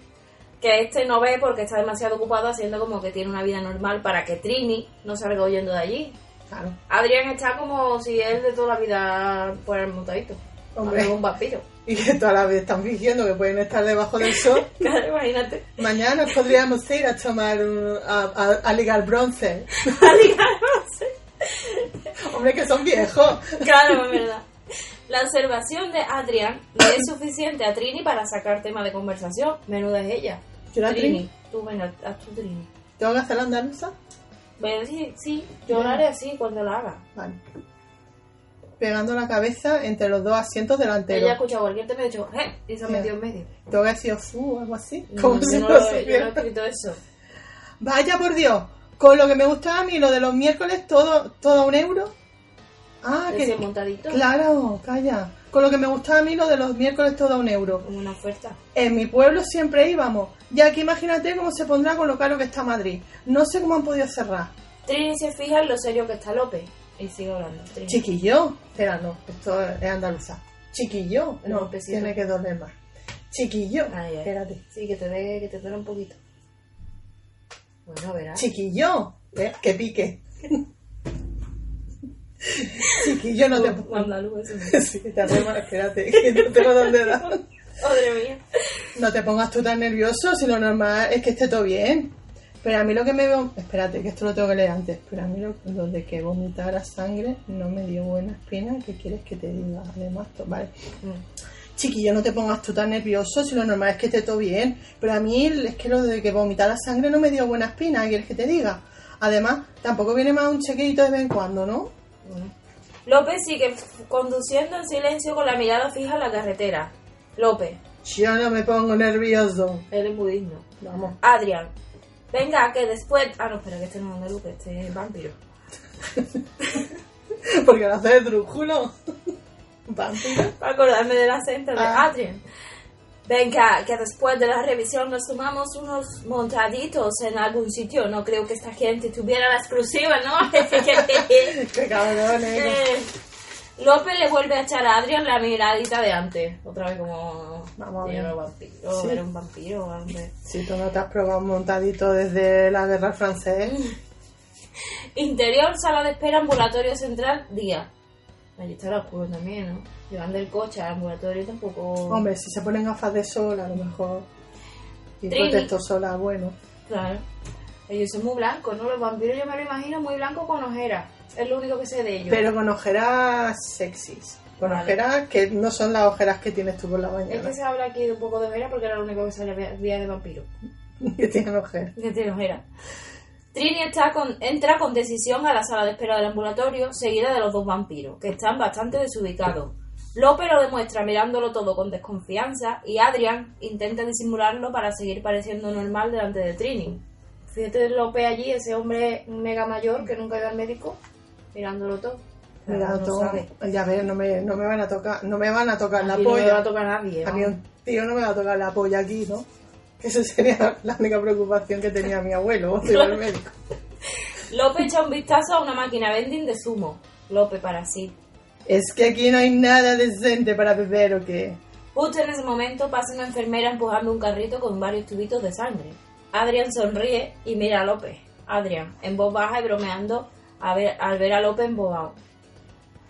[SPEAKER 2] Que este no ve porque está demasiado ocupado haciendo como que tiene una vida normal para que Trini no salga huyendo de allí.
[SPEAKER 1] Claro.
[SPEAKER 2] Adrián está como si él de toda la vida fuera el montadito.
[SPEAKER 1] Hombre.
[SPEAKER 2] Como un [laughs] vampiro.
[SPEAKER 1] Y que toda la vez están fingiendo que pueden estar debajo del sol.
[SPEAKER 2] Claro, imagínate. [laughs]
[SPEAKER 1] Mañana podríamos ir a tomar un- a, a- a ligar bronce. Hombre, que son viejos.
[SPEAKER 2] Claro, es verdad. La observación de Adrián no es suficiente a Trini para sacar tema de conversación. Menuda es ella.
[SPEAKER 1] Yo la Trini.
[SPEAKER 2] Tú, venga, haz tu Trini.
[SPEAKER 1] ¿Tengo que hacer la andaluza?
[SPEAKER 2] Bueno, sí, sí, yo la haré así cuando la haga.
[SPEAKER 1] Vale. Pegando la cabeza entre los dos asientos
[SPEAKER 2] Ella ha
[SPEAKER 1] delanteros.
[SPEAKER 2] escuchado cualquier tema y ha dicho, ¡eh! Y se ha
[SPEAKER 1] Ya.
[SPEAKER 2] metido en medio.
[SPEAKER 1] Tengo que decir fu o algo así.
[SPEAKER 2] No,
[SPEAKER 1] Como
[SPEAKER 2] yo
[SPEAKER 1] si
[SPEAKER 2] no
[SPEAKER 1] no
[SPEAKER 2] lo- yo no he
[SPEAKER 1] supiera.
[SPEAKER 2] escrito eso.
[SPEAKER 1] Vaya por Dios. Con lo que me gusta a mí, lo de los miércoles, todo, todo a un euro. Ah,
[SPEAKER 2] Ese
[SPEAKER 1] que.
[SPEAKER 2] montadito.
[SPEAKER 1] Claro, calla. Con lo que me gusta a mí, lo de los miércoles, todo a un euro.
[SPEAKER 2] Como una oferta.
[SPEAKER 1] En mi pueblo siempre íbamos. Y aquí imagínate cómo se pondrá con lo caro que está Madrid. No sé cómo han podido cerrar.
[SPEAKER 2] Trini se fija en lo serio que está López. Y sigue hablando. Trini.
[SPEAKER 1] Chiquillo. Espera, no. Esto es andaluza. Chiquillo. No,
[SPEAKER 2] No, pesito.
[SPEAKER 1] tiene que doler más. Chiquillo.
[SPEAKER 2] Ay, ay.
[SPEAKER 1] Espérate.
[SPEAKER 2] Ah, Sí, que te dé, que te duele un poquito. Bueno, verás.
[SPEAKER 1] Chiquillo. ¿Ves? Que pique. Chiquillo, no te...
[SPEAKER 2] Andaluz, eso.
[SPEAKER 1] Sí, te duele más. Espérate, [laughs] que no tengo dónde dar.
[SPEAKER 2] Madre mía.
[SPEAKER 1] No te pongas tú tan nervioso, si lo normal es que esté todo bien. Pero a mí lo que me veo... Espérate, que esto lo tengo que leer antes. Pero a mí lo, lo de que vomitara sangre no me dio buena espina. ¿Qué quieres que te diga? Además, to- vale.
[SPEAKER 2] Mm.
[SPEAKER 1] Chiquillo, no te pongas tú tan nervioso, si lo normal es que esté todo bien. Pero a mí es que lo de que vomitara sangre no me dio buena espina. ¿Qué quieres que te diga? Además, tampoco viene más un chequeito de vez en cuando, ¿no?
[SPEAKER 2] López sigue f- conduciendo en silencio con la mirada fija en la carretera. López,
[SPEAKER 1] Yo no me pongo nervioso.
[SPEAKER 2] eres budismo.
[SPEAKER 1] Vamos.
[SPEAKER 2] Adrián, venga, que después. Ah, no, espera, que este no es andaluz, que este es vampiro.
[SPEAKER 1] Porque lo haces de drújulo. [laughs] Vampiro.
[SPEAKER 2] Para acordarme del acento de
[SPEAKER 1] Ah.
[SPEAKER 2] Adrián. Venga, que después de la revisión nos tomamos unos montaditos en algún sitio. No creo que esta gente tuviera la exclusiva, ¿no?
[SPEAKER 1] Qué cabrones.
[SPEAKER 2] Eh, López le vuelve a echar a Adrián la miradita de antes. Otra vez como...
[SPEAKER 1] Vamos a ver".
[SPEAKER 2] "Yo era un vampiro,
[SPEAKER 1] Sí.
[SPEAKER 2] era un vampiro antes.
[SPEAKER 1] Si tú no te has probado un montadito desde la guerra francesa,
[SPEAKER 2] Interior, sala de espera, ambulatorio central, día. Allí estará oscuro también, ¿no? Llevan del coche al ambulatorio tampoco...
[SPEAKER 1] Hombre, si se ponen gafas de sol, a lo mejor. Y
[SPEAKER 2] Trini.
[SPEAKER 1] protector solar, bueno.
[SPEAKER 2] Claro. Ellos son muy blancos, ¿no? Los vampiros yo me lo imagino muy blancos con ojeras. Es lo único que sé de ellos.
[SPEAKER 1] Pero con ojeras sexys. Con
[SPEAKER 2] Vale.
[SPEAKER 1] ojeras que no son las ojeras que tienes tú por la
[SPEAKER 2] es
[SPEAKER 1] mañana.
[SPEAKER 2] que se habla aquí de un poco de ojeras porque era lo único que sabía de- día de vampiro.
[SPEAKER 1] [laughs] Que tienen ojeras.
[SPEAKER 2] Que tiene ojeras. Trini está con, entra con decisión a la sala de espera del ambulatorio, seguida de los dos vampiros, que están bastante desubicados. Lope lo demuestra mirándolo todo con desconfianza y Adrian intenta disimularlo para seguir pareciendo normal delante de Trini. Fíjate Lope allí, ese hombre mega mayor que nunca iba al médico, mirándolo todo.
[SPEAKER 1] Me da
[SPEAKER 2] Claro, no
[SPEAKER 1] todo.
[SPEAKER 2] sabe.
[SPEAKER 1] Ya ves, no me, no me van a tocar, no me van a tocar la
[SPEAKER 2] Aquí no me
[SPEAKER 1] polla.
[SPEAKER 2] va a tocar nadie.
[SPEAKER 1] A mí
[SPEAKER 2] vamos.
[SPEAKER 1] un tío no me va a tocar la polla aquí, ¿no? Esa sería la única preocupación que tenía mi abuelo, [laughs] cuando
[SPEAKER 2] [laughs]
[SPEAKER 1] iba al médico.
[SPEAKER 2] Lope echa un vistazo a una máquina vending de zumo. Lope para sí.
[SPEAKER 1] Es que aquí no hay nada decente para beber o qué.
[SPEAKER 2] Justo en ese momento pasa una enfermera empujando un carrito con varios tubitos de sangre. Adrián sonríe y mira a López. Adrián, en voz baja y bromeando a ver- al ver a López embobado.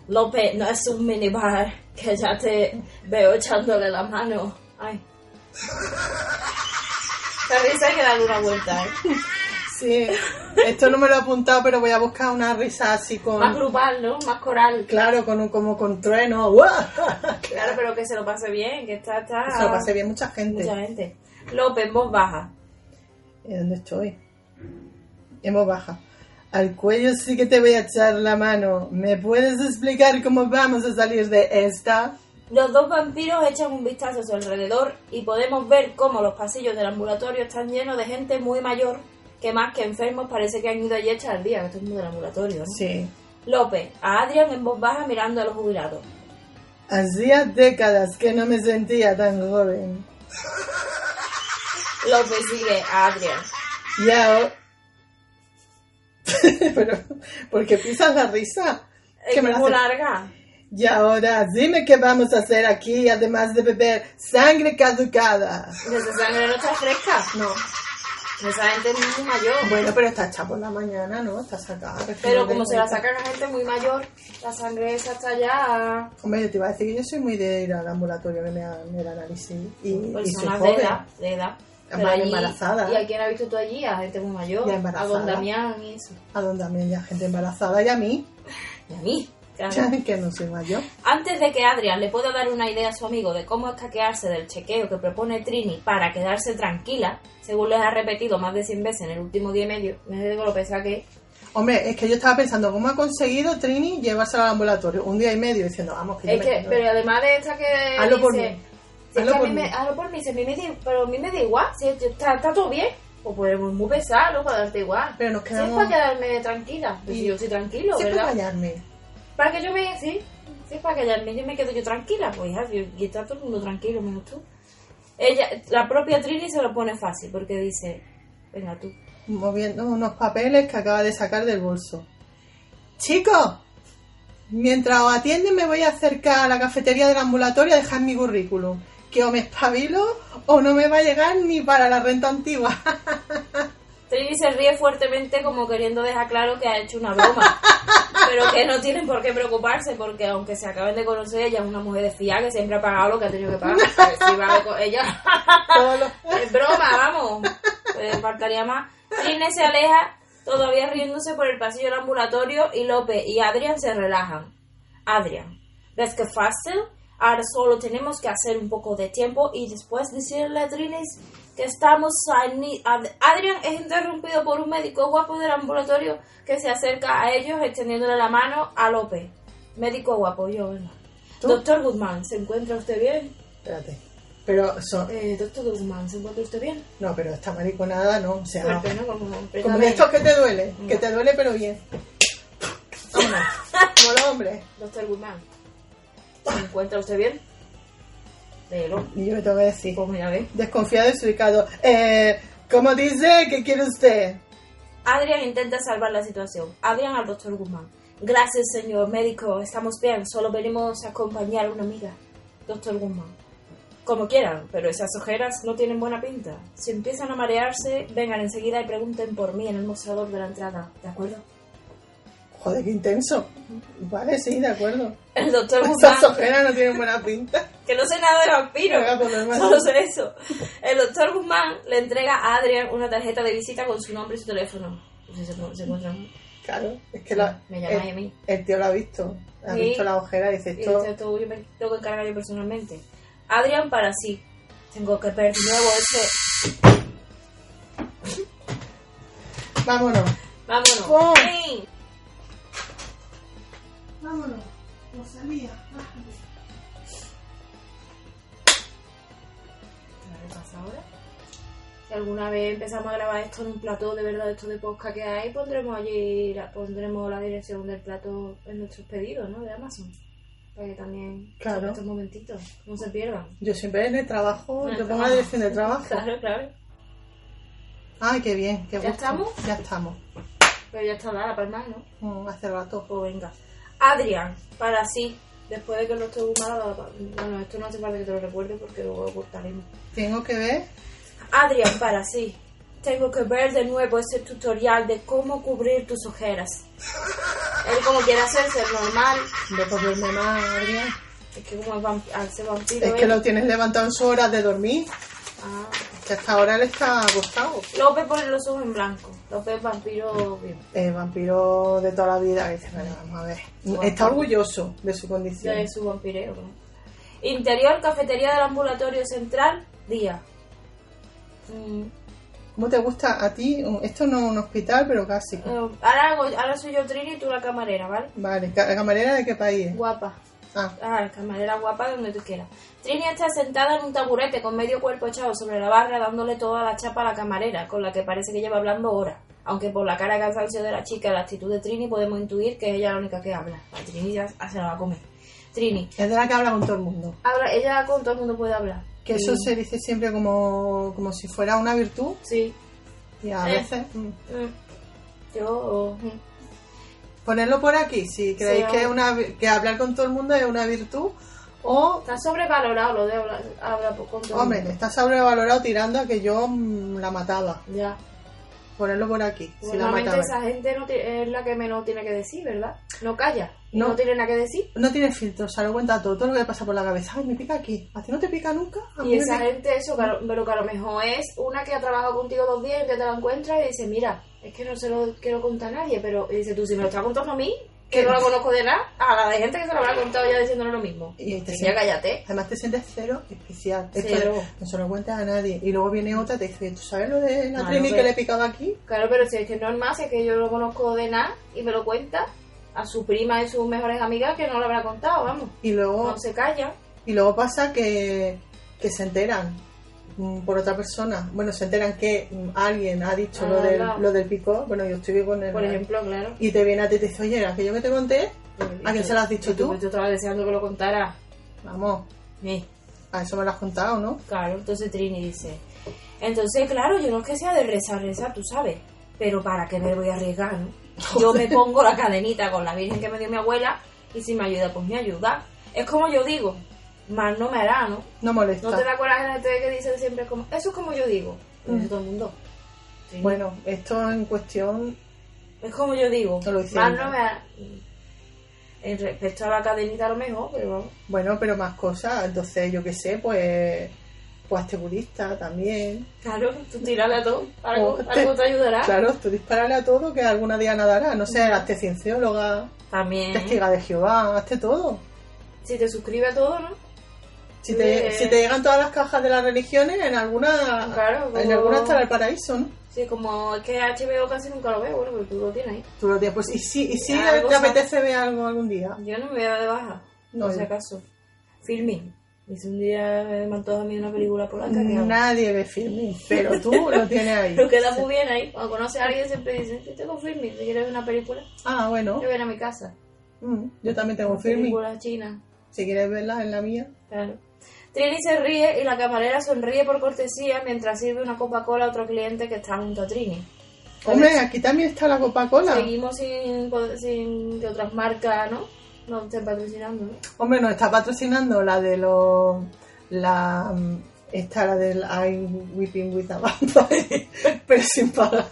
[SPEAKER 2] López, no es un minibar, que ya te veo echándole la mano.
[SPEAKER 1] [laughs]
[SPEAKER 2] Ay. La risa hay que darle una vuelta, ¿eh?
[SPEAKER 1] Sí, esto no me lo he apuntado, pero voy a buscar una risa así
[SPEAKER 2] Más
[SPEAKER 1] con...
[SPEAKER 2] grupal, ¿no? Más coral.
[SPEAKER 1] Claro, con un, como con trueno. ¡Uah! [laughs]
[SPEAKER 2] Claro, pero que se lo pase bien, que está... está...
[SPEAKER 1] Se lo pasé bien mucha gente.
[SPEAKER 2] Ah. Mucha gente. López, voz baja.
[SPEAKER 1] ¿Y dónde estoy? Hemos baja. Al cuello sí que te voy a echar la mano. ¿Me puedes explicar cómo vamos a salir de esta?
[SPEAKER 2] Los dos vampiros echan un vistazo a su alrededor y podemos ver cómo los pasillos del ambulatorio están llenos de gente muy mayor que más que enfermos parece que han ido allí a echar el día, que esto es muy del ambulatorio. ¿no?
[SPEAKER 1] Sí.
[SPEAKER 2] López, a Adrián en voz baja mirando a los jubilados.
[SPEAKER 1] Hacía décadas que no me sentía tan joven.
[SPEAKER 2] López sigue a Adrián.
[SPEAKER 1] Y ahora... [laughs] Pero, ¿por qué pisas la risa?
[SPEAKER 2] Es
[SPEAKER 1] Que me la
[SPEAKER 2] muy
[SPEAKER 1] hace-
[SPEAKER 2] larga.
[SPEAKER 1] Y ahora, dime qué vamos a hacer aquí, además de beber sangre caducada.
[SPEAKER 2] Esa sangre no está fresca.
[SPEAKER 1] No.
[SPEAKER 2] Esa gente es muy mayor.
[SPEAKER 1] Bueno, pero está hecha por la mañana, ¿no? Está sacada.
[SPEAKER 2] Pero como se la sacan a gente muy mayor, la sangre esa está ya...
[SPEAKER 1] Hombre, yo te iba a decir que yo soy muy de ir al ambulatorio que me hagan el análisis. Y, y soy
[SPEAKER 2] personas Pues de
[SPEAKER 1] joven.
[SPEAKER 2] edad, de edad.
[SPEAKER 1] Además, embarazada.
[SPEAKER 2] ¿Y a quién ha visto tú allí? A gente muy mayor.
[SPEAKER 1] Y a embarazada.
[SPEAKER 2] A don Damián y eso.
[SPEAKER 1] A donde también ya gente embarazada y a mí,
[SPEAKER 2] Y a mí. claro.
[SPEAKER 1] [laughs] que no soy mayor.
[SPEAKER 2] Antes de que Adrián le pueda dar una idea a su amigo de cómo escaquearse del chequeo que propone Trini para quedarse tranquila, según les ha repetido más de 100 veces en el último día y medio, no sé lo pesada que es.
[SPEAKER 1] Hombre, es que yo estaba pensando, ¿cómo ha conseguido Trini llevársela al ambulatorio? Un día y medio diciendo, vamos, que yo
[SPEAKER 2] Es
[SPEAKER 1] me
[SPEAKER 2] que,
[SPEAKER 1] quedo.
[SPEAKER 2] pero además de esta que
[SPEAKER 1] Hazlo por
[SPEAKER 2] dice,
[SPEAKER 1] mí.
[SPEAKER 2] si es
[SPEAKER 1] Hazlo
[SPEAKER 2] que a
[SPEAKER 1] por
[SPEAKER 2] mí
[SPEAKER 1] mí.
[SPEAKER 2] me, hazlo por mí, si a mí me da- pero a mí me da igual, si esto está, está todo bien, pues podemos muy pesado, ¿no? Para darte igual.
[SPEAKER 1] Pero nos
[SPEAKER 2] Si es
[SPEAKER 1] quedamos...
[SPEAKER 2] para quedarme tranquila, pues
[SPEAKER 1] Y-
[SPEAKER 2] si yo estoy tranquilo,
[SPEAKER 1] Sí, para
[SPEAKER 2] ¿verdad?
[SPEAKER 1] callarme.
[SPEAKER 2] Para que yo me... Sí, sí, para que ya- yo me quedo yo tranquila. Pues hija, yo- y está todo el mundo tranquilo, menos tú. Ella, la propia Trini se lo pone fácil porque dice, venga tú.
[SPEAKER 1] moviendo unos papeles que acaba de sacar del bolso. Chicos, mientras os atienden me voy a acercar a la cafetería del ambulatorio a dejar mi currículum. Que o me espabilo o no me va a llegar ni para la renta antigua. [laughs]
[SPEAKER 2] Trini se ríe fuertemente como queriendo dejar claro que ha hecho una
[SPEAKER 1] [laughs]
[SPEAKER 2] broma. pero que no tienen por qué preocuparse porque aunque se acaben de conocer, ella es una mujer de fiar que siempre ha pagado lo que ha tenido que
[SPEAKER 1] [laughs]
[SPEAKER 2] pagar. Pues si va a- ella...
[SPEAKER 1] Todos los-
[SPEAKER 2] [laughs] Es broma, vamos. Eh, faltaría más. Trini se aleja, todavía riéndose por el pasillo del ambulatorio, y López y Adrián se relajan. Adrián, ¿ves que fácil? Ahora solo tenemos que hacer un poco de tiempo y después decirle a Trinis que estamos a ni- Ad- Adrián es interrumpido por un médico guapo del ambulatorio que se acerca a ellos extendiéndole la mano a López. Médico guapo, yo, ¿verdad?
[SPEAKER 1] ¿Tú?
[SPEAKER 2] Doctor Guzmán, ¿se encuentra usted bien?
[SPEAKER 1] Espérate. Pero son...
[SPEAKER 2] Eh, doctor Guzmán, ¿se encuentra usted bien?
[SPEAKER 1] No, pero esta mariconada no. O sea,
[SPEAKER 2] Fuerte, ¿no? Como,
[SPEAKER 1] como de estos que te duele. Que te duele pero bien. Vámonos. Como los hombres.
[SPEAKER 2] Doctor Guzmán, ¿se encuentra usted bien? Léelo.
[SPEAKER 1] Y yo le tengo que decir.
[SPEAKER 2] Pues mira, ve.
[SPEAKER 1] Desconfiado y desubicado. Eh, ¿Cómo dice? ¿Qué quiere usted?
[SPEAKER 2] Adrián intenta salvar la situación. Adrián al doctor Guzmán. Gracias, señor médico. Estamos bien. Solo venimos a acompañar a una amiga. Doctor Guzmán. como quieran, pero esas ojeras no tienen buena pinta. Si empiezan a marearse, vengan enseguida y pregunten por mí en el mostrador de la entrada, ¿de acuerdo?
[SPEAKER 1] Joder, qué intenso. Vale, sí, de acuerdo.
[SPEAKER 2] El doctor
[SPEAKER 1] [laughs] Esas
[SPEAKER 2] Guzmán,
[SPEAKER 1] ojeras no tienen buena
[SPEAKER 2] [laughs]
[SPEAKER 1] pinta.
[SPEAKER 2] que no sé nada de vampiros,
[SPEAKER 1] Venga, pues, hermano.
[SPEAKER 2] solo sé eso. El doctor Guzmán le entrega a Adrian una tarjeta de visita con su nombre y su teléfono. No sé, se, se encuentran.
[SPEAKER 1] Claro, es que la-
[SPEAKER 2] Me llamáis a
[SPEAKER 1] el,
[SPEAKER 2] mí.
[SPEAKER 1] el tío lo ha visto. Ha
[SPEAKER 2] Sí.
[SPEAKER 1] visto la ojera y dice
[SPEAKER 2] Y
[SPEAKER 1] esto.
[SPEAKER 2] esto, esto yo me tengo que encargar yo personalmente. Adrian para sí. Tengo que ver de nuevo ese.
[SPEAKER 1] Vámonos.
[SPEAKER 2] Vámonos.
[SPEAKER 1] ¡Pum!
[SPEAKER 2] ¡Ping!
[SPEAKER 1] Vámonos. No salía.
[SPEAKER 2] ¿Qué pasa ahora? Si alguna vez empezamos a grabar esto en un plató de verdad, esto de posca que hay, pondremos allí, la, pondremos la dirección del plató en nuestros pedidos, ¿no? De Amazon. Para que también
[SPEAKER 1] Claro.
[SPEAKER 2] en estos momentitos no se pierdan.
[SPEAKER 1] Yo siempre en el trabajo,
[SPEAKER 2] En el
[SPEAKER 1] yo pongo la
[SPEAKER 2] trabajo.
[SPEAKER 1] dirección de trabajo.
[SPEAKER 2] [laughs] Claro, claro.
[SPEAKER 1] Ay, qué bien, qué
[SPEAKER 2] ¿Ya
[SPEAKER 1] gusto.
[SPEAKER 2] estamos?
[SPEAKER 1] Ya estamos.
[SPEAKER 2] Pero ya está dada la palma, ¿no?
[SPEAKER 1] Mm, hace rato.
[SPEAKER 2] Pues venga. Adrián, para sí. Después de que lo esté humado, bueno, esto no hace falta que te lo recuerde porque luego lo cortaremos.
[SPEAKER 1] Tengo que ver.
[SPEAKER 2] Adrián, para sí. Tengo que ver de nuevo ese tutorial de cómo cubrir tus ojeras. Él como quiere hacerse el normal.
[SPEAKER 1] Voy a ponerme más, Adrián.
[SPEAKER 2] Es que como es vamp- al ser vampiro...
[SPEAKER 1] Es que
[SPEAKER 2] él-
[SPEAKER 1] lo tienes levantado en su hora de dormir.
[SPEAKER 2] Ah.
[SPEAKER 1] Que hasta ahora él está acostado.
[SPEAKER 2] López pone los ojos en blanco. López es vampiro bien.
[SPEAKER 1] El vampiro de toda la vida que dice, bueno, vamos a ver. Está orgulloso de su condición.
[SPEAKER 2] De su vampireo. ¿no? Interior, cafetería del ambulatorio central, día. Mm,
[SPEAKER 1] ¿Cómo te gusta a ti? Un- Esto no es un hospital, pero casi.
[SPEAKER 2] eh, ahora, hago- ahora soy yo Trini y tú la camarera, ¿vale?
[SPEAKER 1] Vale, ¿ca- ¿camarera de qué país es?
[SPEAKER 2] Guapa.
[SPEAKER 1] Ah,
[SPEAKER 2] Ah, camarera guapa donde tú quieras. Trini está sentada en un taburete con medio cuerpo echado sobre la barra dándole toda la chapa a la camarera, con la que parece que lleva hablando horas. Aunque por la cara de cansancio de la chica y la actitud de Trini podemos intuir que es ella la única que habla. A Trini ya se la va a comer. Trini,
[SPEAKER 1] es de la que habla con todo el mundo.
[SPEAKER 2] habla, ella con todo el mundo puede hablar.
[SPEAKER 1] Que
[SPEAKER 2] Y-
[SPEAKER 1] eso se dice siempre como, como si fuera una virtud.
[SPEAKER 2] Sí.
[SPEAKER 1] Y a
[SPEAKER 2] Eh.
[SPEAKER 1] veces. mm.
[SPEAKER 2] Mm. Yo... mm.
[SPEAKER 1] Ponerlo por aquí, si creéis
[SPEAKER 2] Sí,
[SPEAKER 1] que,
[SPEAKER 2] vamos.
[SPEAKER 1] una, vi- que hablar con todo el mundo es una virtud. O,
[SPEAKER 2] Está sobrevalorado lo de hablar, hablar con todo el
[SPEAKER 1] hombre,
[SPEAKER 2] mundo.
[SPEAKER 1] está sobrevalorado tirando a que yo mm, la mataba.
[SPEAKER 2] Ya.
[SPEAKER 1] Ponerlo por aquí, si la
[SPEAKER 2] Normalmente
[SPEAKER 1] mataba.
[SPEAKER 2] esa gente no ti- es la que menos tiene que decir, ¿verdad? No calla. y
[SPEAKER 1] No.
[SPEAKER 2] no tiene nada que decir.
[SPEAKER 1] No tiene filtro, se lo cuenta todo, todo lo que le pasa por la cabeza. Ay, me pica aquí. ¿A ti no te pica nunca? A mí
[SPEAKER 2] Y
[SPEAKER 1] me
[SPEAKER 2] esa
[SPEAKER 1] pica.
[SPEAKER 2] gente, eso, que a lo- pero que a lo mejor es una que ha trabajado contigo dos días y que te la encuentra y dice, mira, es que no se lo quiero contar a nadie, pero y dice, tú si me lo estás contando a mí, que
[SPEAKER 1] ¿Qué?
[SPEAKER 2] no la conozco de nada, a la de gente que se lo habrá contado ya diciéndole lo mismo.
[SPEAKER 1] Y te
[SPEAKER 2] Niña, cállate.
[SPEAKER 1] Además te sientes cero especial. Esto
[SPEAKER 2] Cero.
[SPEAKER 1] de, no se lo cuentas a nadie. Y luego viene otra y te dice, ¿tú sabes lo de la
[SPEAKER 2] No,
[SPEAKER 1] Trini
[SPEAKER 2] no,
[SPEAKER 1] que
[SPEAKER 2] pero-
[SPEAKER 1] le he picado aquí?
[SPEAKER 2] Claro, pero si es que es normal, si es que yo lo conozco de nada y me lo cuenta a su prima y sus mejores amigas que no lo habrá contado, vamos.
[SPEAKER 1] Y luego,
[SPEAKER 2] No se calla.
[SPEAKER 1] y luego pasa que, que se enteran mm, por otra persona. Bueno, se enteran que mm, alguien ha dicho
[SPEAKER 2] Ah,
[SPEAKER 1] lo, del,
[SPEAKER 2] no.
[SPEAKER 1] lo del pico. Bueno, yo estoy con él.
[SPEAKER 2] Por ejemplo, claro.
[SPEAKER 1] Y te viene a ti y te dice, oye, era aquello que te conté, ¿A quién se lo has dicho
[SPEAKER 2] Y
[SPEAKER 1] tú?
[SPEAKER 2] Yo estaba deseando que lo contara.
[SPEAKER 1] vamos,
[SPEAKER 2] Sí.
[SPEAKER 1] a eso me lo has contado, ¿no?
[SPEAKER 2] Claro, entonces Trini dice, entonces claro, yo no es que sea de rezar, rezar, tú sabes, pero para qué me voy a arriesgar, ¿no? Yo
[SPEAKER 1] [laughs]
[SPEAKER 2] me pongo la cadenita con la virgen que me dio mi abuela y si me ayuda, pues me ayuda. Es como yo digo, mal no me hará, ¿no?
[SPEAKER 1] No molesta.
[SPEAKER 2] ¿No te da coraje la gente que dice siempre como, eso es como yo digo? Lo dice
[SPEAKER 1] Mm.
[SPEAKER 2] todo el mundo. Trini,
[SPEAKER 1] Bueno, esto en cuestión
[SPEAKER 2] es como yo digo,
[SPEAKER 1] No lo hice
[SPEAKER 2] mal
[SPEAKER 1] nunca.
[SPEAKER 2] no me hará. En respecto a la cadenita a lo mejor, pero vamos.
[SPEAKER 1] Bueno, pero más cosas, entonces yo qué sé, pues, pues hazte budista también.
[SPEAKER 2] Claro, tú tirale a todo, algo,
[SPEAKER 1] Joder.
[SPEAKER 2] algo te ayudará.
[SPEAKER 1] Claro, tú dispararle a todo que alguna día nadará, no sé, hazte ciencióloga,
[SPEAKER 2] También,
[SPEAKER 1] testiga de Jehová, hazte todo.
[SPEAKER 2] si te suscribes a todo, ¿no?
[SPEAKER 1] Si te,
[SPEAKER 2] Sí.
[SPEAKER 1] si te llegan todas las cajas de las religiones, en alguna,
[SPEAKER 2] Claro, como-
[SPEAKER 1] en alguna estará el paraíso, ¿no?
[SPEAKER 2] Sí, como es que HBO casi nunca lo veo, bueno, pero tú lo tienes ahí.
[SPEAKER 1] Tú lo tienes, pues, y si, y si
[SPEAKER 2] Algo
[SPEAKER 1] te
[SPEAKER 2] sabe.
[SPEAKER 1] apetece ver algo algún día.
[SPEAKER 2] Yo no me voy a dar de baja,
[SPEAKER 1] No,
[SPEAKER 2] por si
[SPEAKER 1] yo-
[SPEAKER 2] acaso. Filming. Y si un día me antoja a mí una película polaca que hago.
[SPEAKER 1] Nadie ve filming, pero tú
[SPEAKER 2] [laughs]
[SPEAKER 1] lo tienes ahí.
[SPEAKER 2] Pero queda muy bien ahí. Cuando conoces a alguien siempre dicen, yo tengo filming, si quieres ver una película,
[SPEAKER 1] Ah, bueno,
[SPEAKER 2] yo ven a mi casa.
[SPEAKER 1] mm, yo también tengo
[SPEAKER 2] Una
[SPEAKER 1] filming.
[SPEAKER 2] Película china,
[SPEAKER 1] Si quieres verla en la mía.
[SPEAKER 2] claro. Trini se ríe y la camarera sonríe por cortesía mientras sirve una Coca-Cola a otro cliente que está junto a Trini.
[SPEAKER 1] Hombre, aquí también está la Coca-Cola.
[SPEAKER 2] Seguimos sin, sin que otras marcas, ¿no? [laughs] Nos estén patrocinando, ¿no?
[SPEAKER 1] Hombre, nos está patrocinando la de los la mm, esta la del I'm Weeping with a Vampire, [laughs] pero sin pagar.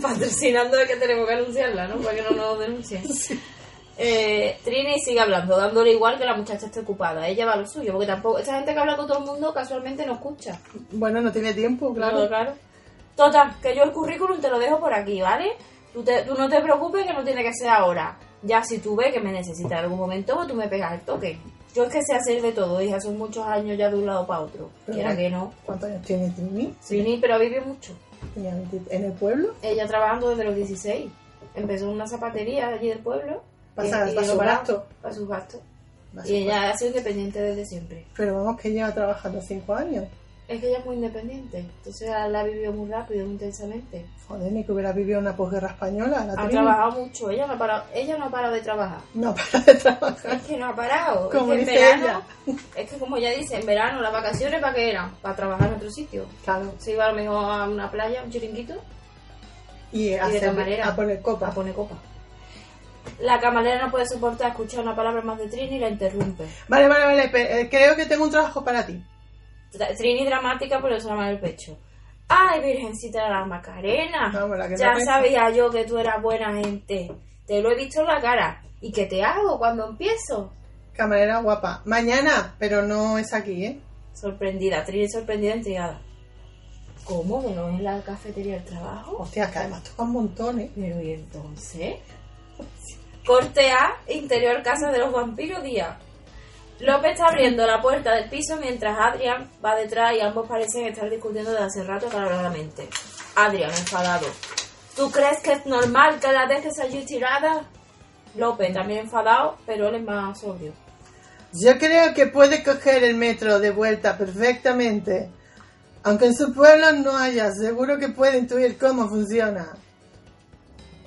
[SPEAKER 2] Patrocinando de que tenemos que anunciarla, ¿no? Para que no
[SPEAKER 1] [laughs]
[SPEAKER 2] nos denuncien. Eh, Trini sigue hablando, dándole igual que la muchacha esté ocupada. Ella va a lo suyo, porque tampoco. Esta gente que habla con todo el mundo casualmente no escucha.
[SPEAKER 1] Bueno, no tiene tiempo, claro.
[SPEAKER 2] No, claro. Total, que yo el currículum te lo dejo por aquí, ¿vale? Tú, te- tú no te preocupes que no tiene que ser ahora. Ya si tú ves que me necesitas en algún momento, pues tú me pegas el toque. Yo es que sé hacer de todo, hija, son muchos años ya de un lado para otro.
[SPEAKER 1] Pero
[SPEAKER 2] Quiera
[SPEAKER 1] bueno.
[SPEAKER 2] que no.
[SPEAKER 1] ¿Cuántos años tiene Trini?
[SPEAKER 2] Trini, pero vive mucho.
[SPEAKER 1] Tenía 20 ¿En el pueblo?
[SPEAKER 2] Ella trabajando desde los 16. Empezó en una zapatería allí del pueblo.
[SPEAKER 1] Pasa-
[SPEAKER 2] Y- y
[SPEAKER 1] para
[SPEAKER 2] no
[SPEAKER 1] sus
[SPEAKER 2] paraba.
[SPEAKER 1] gastos.
[SPEAKER 2] Para sus gastos.
[SPEAKER 1] Más
[SPEAKER 2] Y ella ha sido independiente desde siempre.
[SPEAKER 1] pues, Pero vamos que lleva trabajando cinco años.
[SPEAKER 2] Es que ella es muy independiente. Entonces la ha vivido muy rápido, muy intensamente.
[SPEAKER 1] Joder, ni que hubiera vivido una posguerra española. La
[SPEAKER 2] Ha
[SPEAKER 1] Trini.
[SPEAKER 2] trabajado mucho. Ella no ha parado, ella no ha parado de trabajar.
[SPEAKER 1] No, [laughs] para de trabajar.
[SPEAKER 2] Es que no ha parado.
[SPEAKER 1] Como
[SPEAKER 2] es que
[SPEAKER 1] dice
[SPEAKER 2] en verano, es que como ella dice, en verano las vacaciones para qué eran? Para trabajar en otro sitio.
[SPEAKER 1] Claro.
[SPEAKER 2] Se iba a lo mejor a una playa, un chiringuito,
[SPEAKER 1] Y,
[SPEAKER 2] y de
[SPEAKER 1] hacer,
[SPEAKER 2] camarera.
[SPEAKER 1] a poner
[SPEAKER 2] a
[SPEAKER 1] copa.
[SPEAKER 2] poner copa. La camarera no puede soportar escuchar una palabra más de Trini y la interrumpe.
[SPEAKER 1] Vale, vale, vale. pe- eh, creo que tengo un trabajo para ti.
[SPEAKER 2] Tra- Trini dramática por eso en el pecho. Ay, Virgencita de la Macarena.
[SPEAKER 1] Vamos, la que
[SPEAKER 2] ya
[SPEAKER 1] no pensa.
[SPEAKER 2] sabía yo que tú eras buena gente. Te lo he visto en la cara. ¿Y qué te hago cuando empiezo?
[SPEAKER 1] Camarera guapa. Mañana, pero no es aquí, ¿eh?
[SPEAKER 2] Sorprendida, Trini sorprendida, intrigada. ¿Cómo que no es la cafetería del trabajo?
[SPEAKER 1] Hostia, que además toca un montón, ¿eh?
[SPEAKER 2] Pero ¿y entonces? Corte A, interior casa de los vampiros día. López está abriendo la puerta del piso mientras Adrian va detrás y ambos parecen estar discutiendo desde hace rato acaloradamente. Adrian, enfadado. ¿Tú crees que es normal que la dejes allí tirada? López, también enfadado, pero él es más sobrio.
[SPEAKER 1] Yo creo que puede coger el metro de vuelta perfectamente. Aunque en su pueblo no haya, seguro que puede intuir cómo funciona.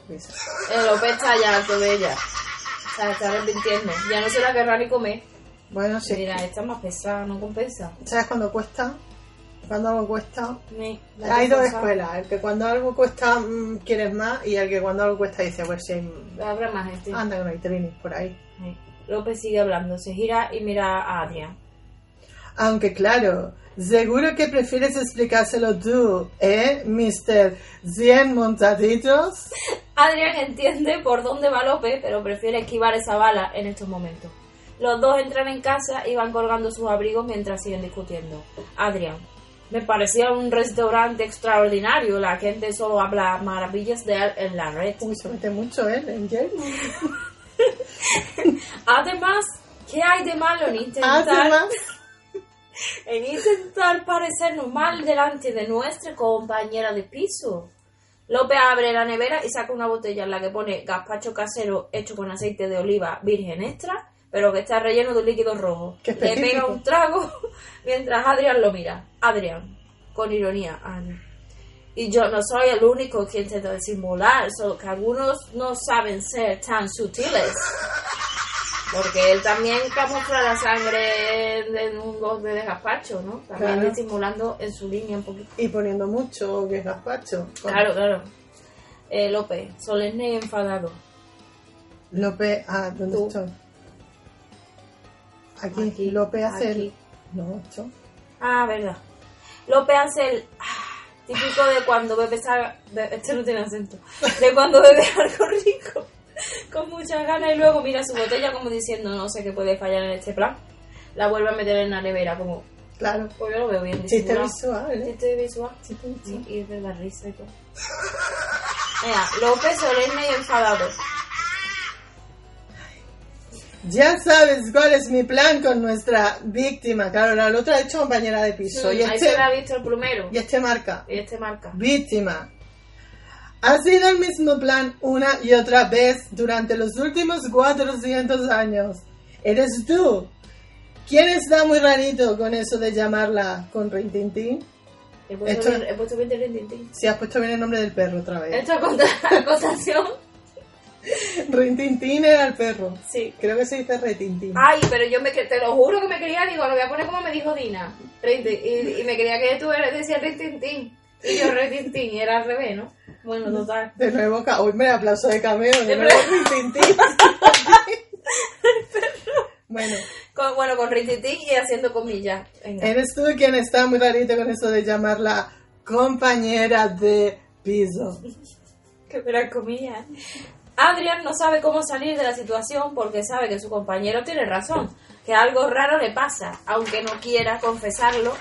[SPEAKER 1] Pues,
[SPEAKER 2] El Eh, López está ya alto de ella. O sea, está arrepintiendo. Ya no se la querrá ni comer.
[SPEAKER 1] Bueno, sí.
[SPEAKER 2] Mira, esta es más pesada, no compensa.
[SPEAKER 1] ¿Sabes cuando cuesta? Cuando algo cuesta.
[SPEAKER 2] Me- la
[SPEAKER 1] Hay dos
[SPEAKER 2] compensa.
[SPEAKER 1] escuelas. El que cuando algo cuesta mm, quieres más y el que cuando algo cuesta dice, pues sí,
[SPEAKER 2] Habrá más este. gente.
[SPEAKER 1] anda que no hay trinis por ahí.
[SPEAKER 2] Sí. López sigue hablando, se gira y mira a Adrián.
[SPEAKER 1] Aunque claro, seguro que prefieres explicárselo tú, ¿eh, Mr. 100 montaditos?
[SPEAKER 2] Adrián entiende por dónde va López, pero prefiere esquivar esa bala en estos momentos. Los dos entran en casa y van colgando sus abrigos mientras siguen discutiendo. Adrián, me parecía un restaurante extraordinario. La gente solo habla maravillas de él en la red.
[SPEAKER 1] Uy, se mete mucho, ¿eh, Angel?
[SPEAKER 2] Además, ¿qué hay de malo en intentar,
[SPEAKER 1] Además,
[SPEAKER 2] en intentar parecer normal delante de nuestra compañera de piso? López abre la nevera y saca una botella en la que pone gazpacho casero hecho con aceite de oliva virgen extra, pero que está relleno de un líquido rojo.
[SPEAKER 1] Qué
[SPEAKER 2] Le pega
[SPEAKER 1] específico.
[SPEAKER 2] un trago [laughs] mientras Adrián lo mira. Adrián, con ironía, Ana. Y yo no soy el único que intenta disimular, solo que algunos no saben ser tan sutiles. Porque él también camufla la sangre en un golpe de gazpacho, ¿no? También
[SPEAKER 1] Claro.
[SPEAKER 2] disimulando en su línea un poquito.
[SPEAKER 1] y poniendo mucho, que es gazpacho.
[SPEAKER 2] Claro, claro. Eh, López, solemne y enfadado.
[SPEAKER 1] López, ah, ¿dónde
[SPEAKER 2] Tú.
[SPEAKER 1] estoy? Aquí,
[SPEAKER 2] Aquí,
[SPEAKER 1] López hace
[SPEAKER 2] aquí.
[SPEAKER 1] el... No, esto.
[SPEAKER 2] Ah, verdad. López hace el ah, típico de cuando bebe sa- de- este no tiene acento. De cuando bebe algo rico con muchas ganas y luego mira su botella como diciendo no sé qué puede fallar en este plan. La vuelve a meter en la nevera como
[SPEAKER 1] Claro,
[SPEAKER 2] pues yo lo veo bien
[SPEAKER 1] chiste
[SPEAKER 2] disimulado.
[SPEAKER 1] visual, ¿eh?
[SPEAKER 2] Chiste visual.
[SPEAKER 1] Chiste visual.
[SPEAKER 2] Sí, y es de la risa y todo. Mira, López solemne y enfadado.
[SPEAKER 1] Ya sabes cuál es mi plan con nuestra víctima. Claro, la otra ha hecho compañera de piso. y,
[SPEAKER 2] Ahí
[SPEAKER 1] este,
[SPEAKER 2] se le ha visto el plumero.
[SPEAKER 1] y este marca.
[SPEAKER 2] Y este marca.
[SPEAKER 1] Víctima. Ha sido el mismo plan una y otra vez durante los últimos 400 años. Eres tú. ¿Quién está muy rarito con eso de llamarla con Rintintín?
[SPEAKER 2] He puesto,
[SPEAKER 1] Esto-
[SPEAKER 2] bien, he puesto bien de rintintín.
[SPEAKER 1] Si has puesto bien el nombre del perro otra
[SPEAKER 2] [laughs]
[SPEAKER 1] vez.
[SPEAKER 2] Esto es contra- acotación.
[SPEAKER 1] Rintintín era el perro.
[SPEAKER 2] Sí.
[SPEAKER 1] Creo que se dice Retintín.
[SPEAKER 2] Ay, pero yo me, que- te lo juro que me quería, digo, lo voy a poner como me dijo Dina. Rin tin- Y, y me quería que tú eres, decía Rintintín. Y yo Rintintín, y era al revés, ¿no? Bueno, total.
[SPEAKER 1] De nuevo, ca- uy, me aplauso de cameo. De
[SPEAKER 2] De
[SPEAKER 1] nuevo, Rintintín. bueno,
[SPEAKER 2] Con- bueno, con Rititic y haciendo comillas. Venga.
[SPEAKER 1] Eres tú quien está muy rarito con eso de llamarla compañera de piso.
[SPEAKER 2] Que verán comillas. Adrian no sabe cómo salir de la situación porque sabe que su compañero tiene razón, que algo raro le pasa, aunque no quiera confesarlo.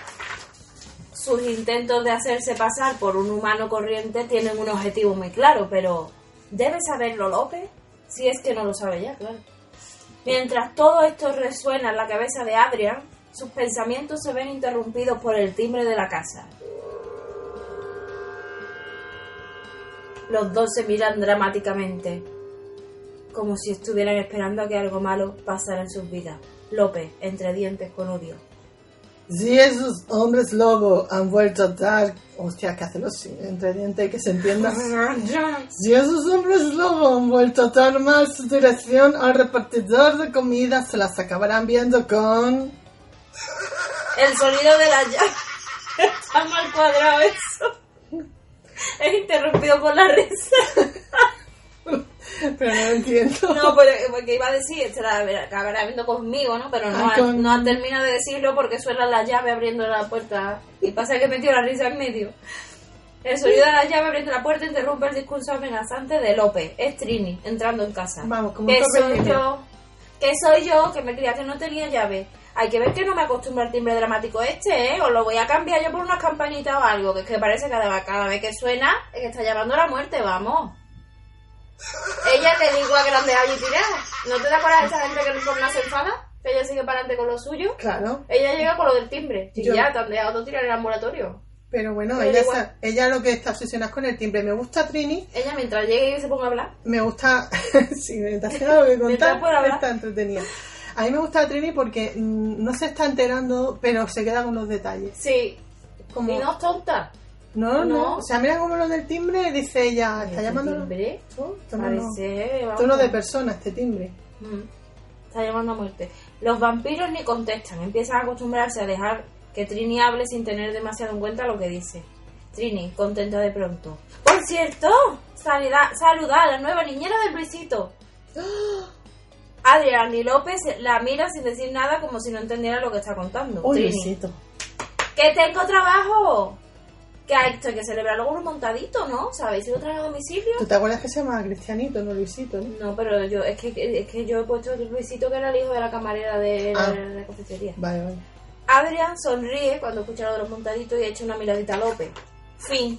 [SPEAKER 2] Sus intentos de hacerse pasar por un humano corriente tienen un objetivo muy claro, pero ¿debe saberlo López? Si es que no lo sabe ya, claro. Mientras todo esto resuena en la cabeza de Adrian, sus pensamientos se ven interrumpidos por el timbre de la casa. Los dos se miran dramáticamente, como si estuvieran esperando a que algo malo pasara en sus vidas. López, entre dientes con odio.
[SPEAKER 1] Si esos hombres lobo han vuelto a dar... Hostia, que hacen los ingredientes que se entienda. Si esos hombres lobo han vuelto a dar mal su dirección al repartidor de comida, se las acabarán viendo con...
[SPEAKER 2] El sonido de la llave. [laughs] Está mal cuadrado eso. Es interrumpido por la risa.
[SPEAKER 1] Pero no lo [laughs] entiendo.
[SPEAKER 2] No, pero eh, porque iba a decir, se la acabará viendo conmigo, ¿no? Pero no,
[SPEAKER 1] Ah, con-
[SPEAKER 2] no termina de decirlo porque suena la llave abriendo la puerta. Y pasa que metió la risa en medio. El sonido de la llave abriendo la puerta interrumpe el discurso amenazante de López. Es Trini, entrando en casa.
[SPEAKER 1] Vamos, como un
[SPEAKER 2] que soy
[SPEAKER 1] torbellino.
[SPEAKER 2] yo, que soy yo, que me creía que no tenía llave. Hay que ver que no me acostumbro al timbre dramático este, ¿eh? O lo voy a cambiar yo por unas campanitas o algo, que es que parece que cada, cada vez que suena es que está llamando a la muerte, vamos. Ella te digo a que las deja allí tiradas. ¿No te da coraje esa gente que no por nada se enfada? Que ella sigue para adelante con lo suyo.
[SPEAKER 1] Claro.
[SPEAKER 2] Ella llega con lo del timbre. Y
[SPEAKER 1] Yo-
[SPEAKER 2] ya, te han dejado todo tirar en el ambulatorio.
[SPEAKER 1] Pero bueno,
[SPEAKER 2] Pero
[SPEAKER 1] ella,
[SPEAKER 2] igual-
[SPEAKER 1] sa- ella lo que está obsesionada es con el timbre. Me gusta Trini,
[SPEAKER 2] Ella mientras llegue y se ponga a hablar.
[SPEAKER 1] me gusta... si me estás haciendo algo que
[SPEAKER 2] Mientras
[SPEAKER 1] contar,
[SPEAKER 2] pueda hablar.
[SPEAKER 1] está entretenida. A mí me gusta Trini porque mm, no se está enterando, pero se queda con los detalles.
[SPEAKER 2] Sí.
[SPEAKER 1] Como,
[SPEAKER 2] Y no es tonta.
[SPEAKER 1] No, no,
[SPEAKER 2] No.
[SPEAKER 1] O sea, mira como lo del timbre dice ella, está
[SPEAKER 2] Este
[SPEAKER 1] llamando.
[SPEAKER 2] timbre,
[SPEAKER 1] Toma, no.
[SPEAKER 2] parece, vamos.
[SPEAKER 1] Tono de persona, este timbre.
[SPEAKER 2] Mm. Está llamando a muerte. Los vampiros ni contestan, empiezan a acostumbrarse a dejar que Trini hable sin tener demasiado en cuenta lo que dice. Trini, contenta de pronto. Por cierto, salida, saluda a la nueva niñera del Luisito. ¡Ah! Adrián y López la mira sin decir nada como si no entendiera lo que está contando.
[SPEAKER 1] Uy,
[SPEAKER 2] Trini,
[SPEAKER 1] Luisito.
[SPEAKER 2] ¡Que tengo trabajo! Que hay- esto hay que celebrarlo con un montadito, ¿no? ¿Sabéis si lo traen a domicilio?
[SPEAKER 1] ¿Tú te acuerdas que se llama Cristianito, no Luisito? ¿no?
[SPEAKER 2] No, pero yo, es que, es que yo he puesto el Luisito que era el hijo de la camarera de la,
[SPEAKER 1] Ah.
[SPEAKER 2] la confitería.
[SPEAKER 1] Vale, vale.
[SPEAKER 2] Adrián sonríe cuando escucha lo de los montaditos y echa una miradita a López. Fin.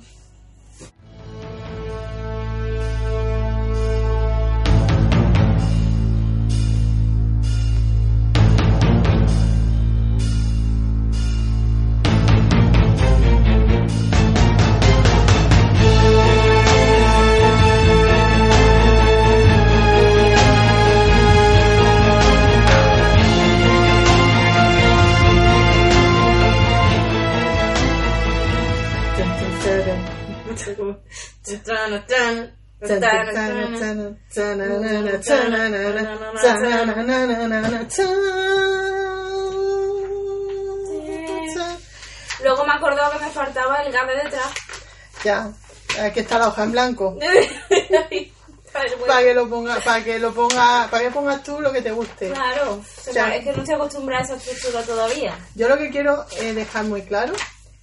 [SPEAKER 2] Luego me acordaba que me faltaba el gabe
[SPEAKER 1] [laughs]
[SPEAKER 2] detrás.
[SPEAKER 1] Ya, aquí está la hoja en blanco.
[SPEAKER 2] Ay, bueno,
[SPEAKER 1] Para que lo ponga, para que lo ponga, para que pongas tú lo que te guste.
[SPEAKER 2] Claro, se
[SPEAKER 1] Ya.
[SPEAKER 2] me- es que no estoy acostumbrada a esa estructura todavía.
[SPEAKER 1] Yo lo que quiero eh, dejar muy claro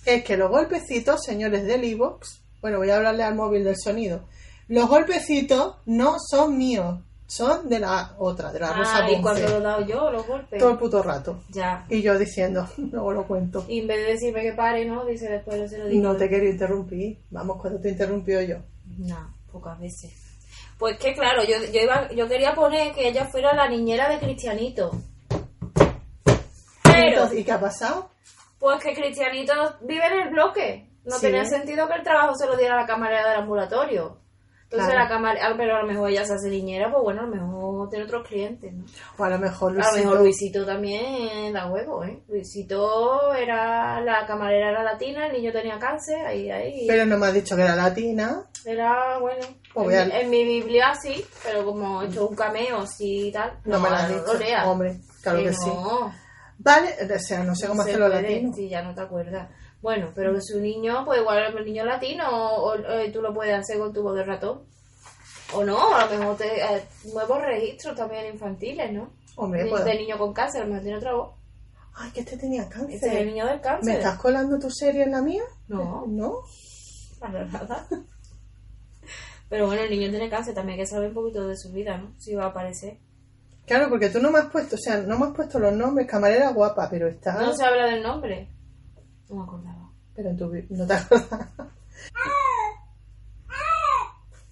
[SPEAKER 1] es que los golpecitos, señores del iVox, bueno, voy a hablarle al móvil del sonido. Los golpecitos no son míos, son de la otra, de la Rosa
[SPEAKER 2] Ah, y cuando
[SPEAKER 1] Ponce.
[SPEAKER 2] lo he dado yo, los golpes.
[SPEAKER 1] Todo el puto rato.
[SPEAKER 2] Ya.
[SPEAKER 1] Y yo diciendo, [laughs] luego lo cuento.
[SPEAKER 2] Y en vez de decirme que pare, ¿no? Dice después no se lo digo.
[SPEAKER 1] No te quiero interrumpir. Vamos, cuando te interrumpió yo.
[SPEAKER 2] No, pocas veces. Pues que claro, yo, yo, iba, yo quería poner que ella fuera la niñera de Cristianito.
[SPEAKER 1] Y
[SPEAKER 2] Pero,
[SPEAKER 1] entonces, ¿Y qué ha pasado?
[SPEAKER 2] pues que Cristianito vive en el bloque. No
[SPEAKER 1] Sí.
[SPEAKER 2] tenía sentido que el trabajo se lo diera a la camarera del ambulatorio. Entonces
[SPEAKER 1] Claro.
[SPEAKER 2] la camarera, pero a lo mejor ella se hace niñera, pues bueno, a lo mejor tiene otros clientes, ¿no?
[SPEAKER 1] O Pues a lo mejor
[SPEAKER 2] A
[SPEAKER 1] Luisito.
[SPEAKER 2] lo mejor Luisito también da huevo, ¿eh? Luisito era, la camarera era latina, el niño tenía cáncer, ahí, ahí.
[SPEAKER 1] Pero no me has dicho que era latina.
[SPEAKER 2] Era bueno.
[SPEAKER 1] Pues
[SPEAKER 2] en,
[SPEAKER 1] voy al-
[SPEAKER 2] en mi Biblia sí, pero como he hecho un cameo sí y tal.
[SPEAKER 1] No, me lo has
[SPEAKER 2] no
[SPEAKER 1] dicho.
[SPEAKER 2] lo leas.
[SPEAKER 1] Hombre, claro que
[SPEAKER 2] no,
[SPEAKER 1] sí. Vale, o sea, no sé
[SPEAKER 2] no
[SPEAKER 1] cómo
[SPEAKER 2] se
[SPEAKER 1] hacerlo
[SPEAKER 2] puede,
[SPEAKER 1] latino.
[SPEAKER 2] Sí, ya no te acuerdas. Bueno, pero que su niño, pues igual el niño latino, o, o, eh, tú lo puedes hacer con tu voz de ratón. O no, a lo mejor te, eh, nuevos registros también infantiles, ¿no?
[SPEAKER 1] Hombre,
[SPEAKER 2] Del
[SPEAKER 1] pues.
[SPEAKER 2] niño con cáncer, el man tiene otra voz.
[SPEAKER 1] Ay, que este tenía cáncer.
[SPEAKER 2] Este es el niño del cáncer.
[SPEAKER 1] ¿Me estás colando tu serie en la mía?
[SPEAKER 2] No,
[SPEAKER 1] No.
[SPEAKER 2] para nada. [laughs] Pero bueno, el niño tiene cáncer, también hay que saber un poquito de su vida, ¿no? Si va a aparecer.
[SPEAKER 1] Claro, porque tú no me has puesto, o sea, no me has puesto los nombres, camarera guapa, pero está.
[SPEAKER 2] No se habla del nombre. No me acordaba.
[SPEAKER 1] Pero tú vi- no te acuerdas.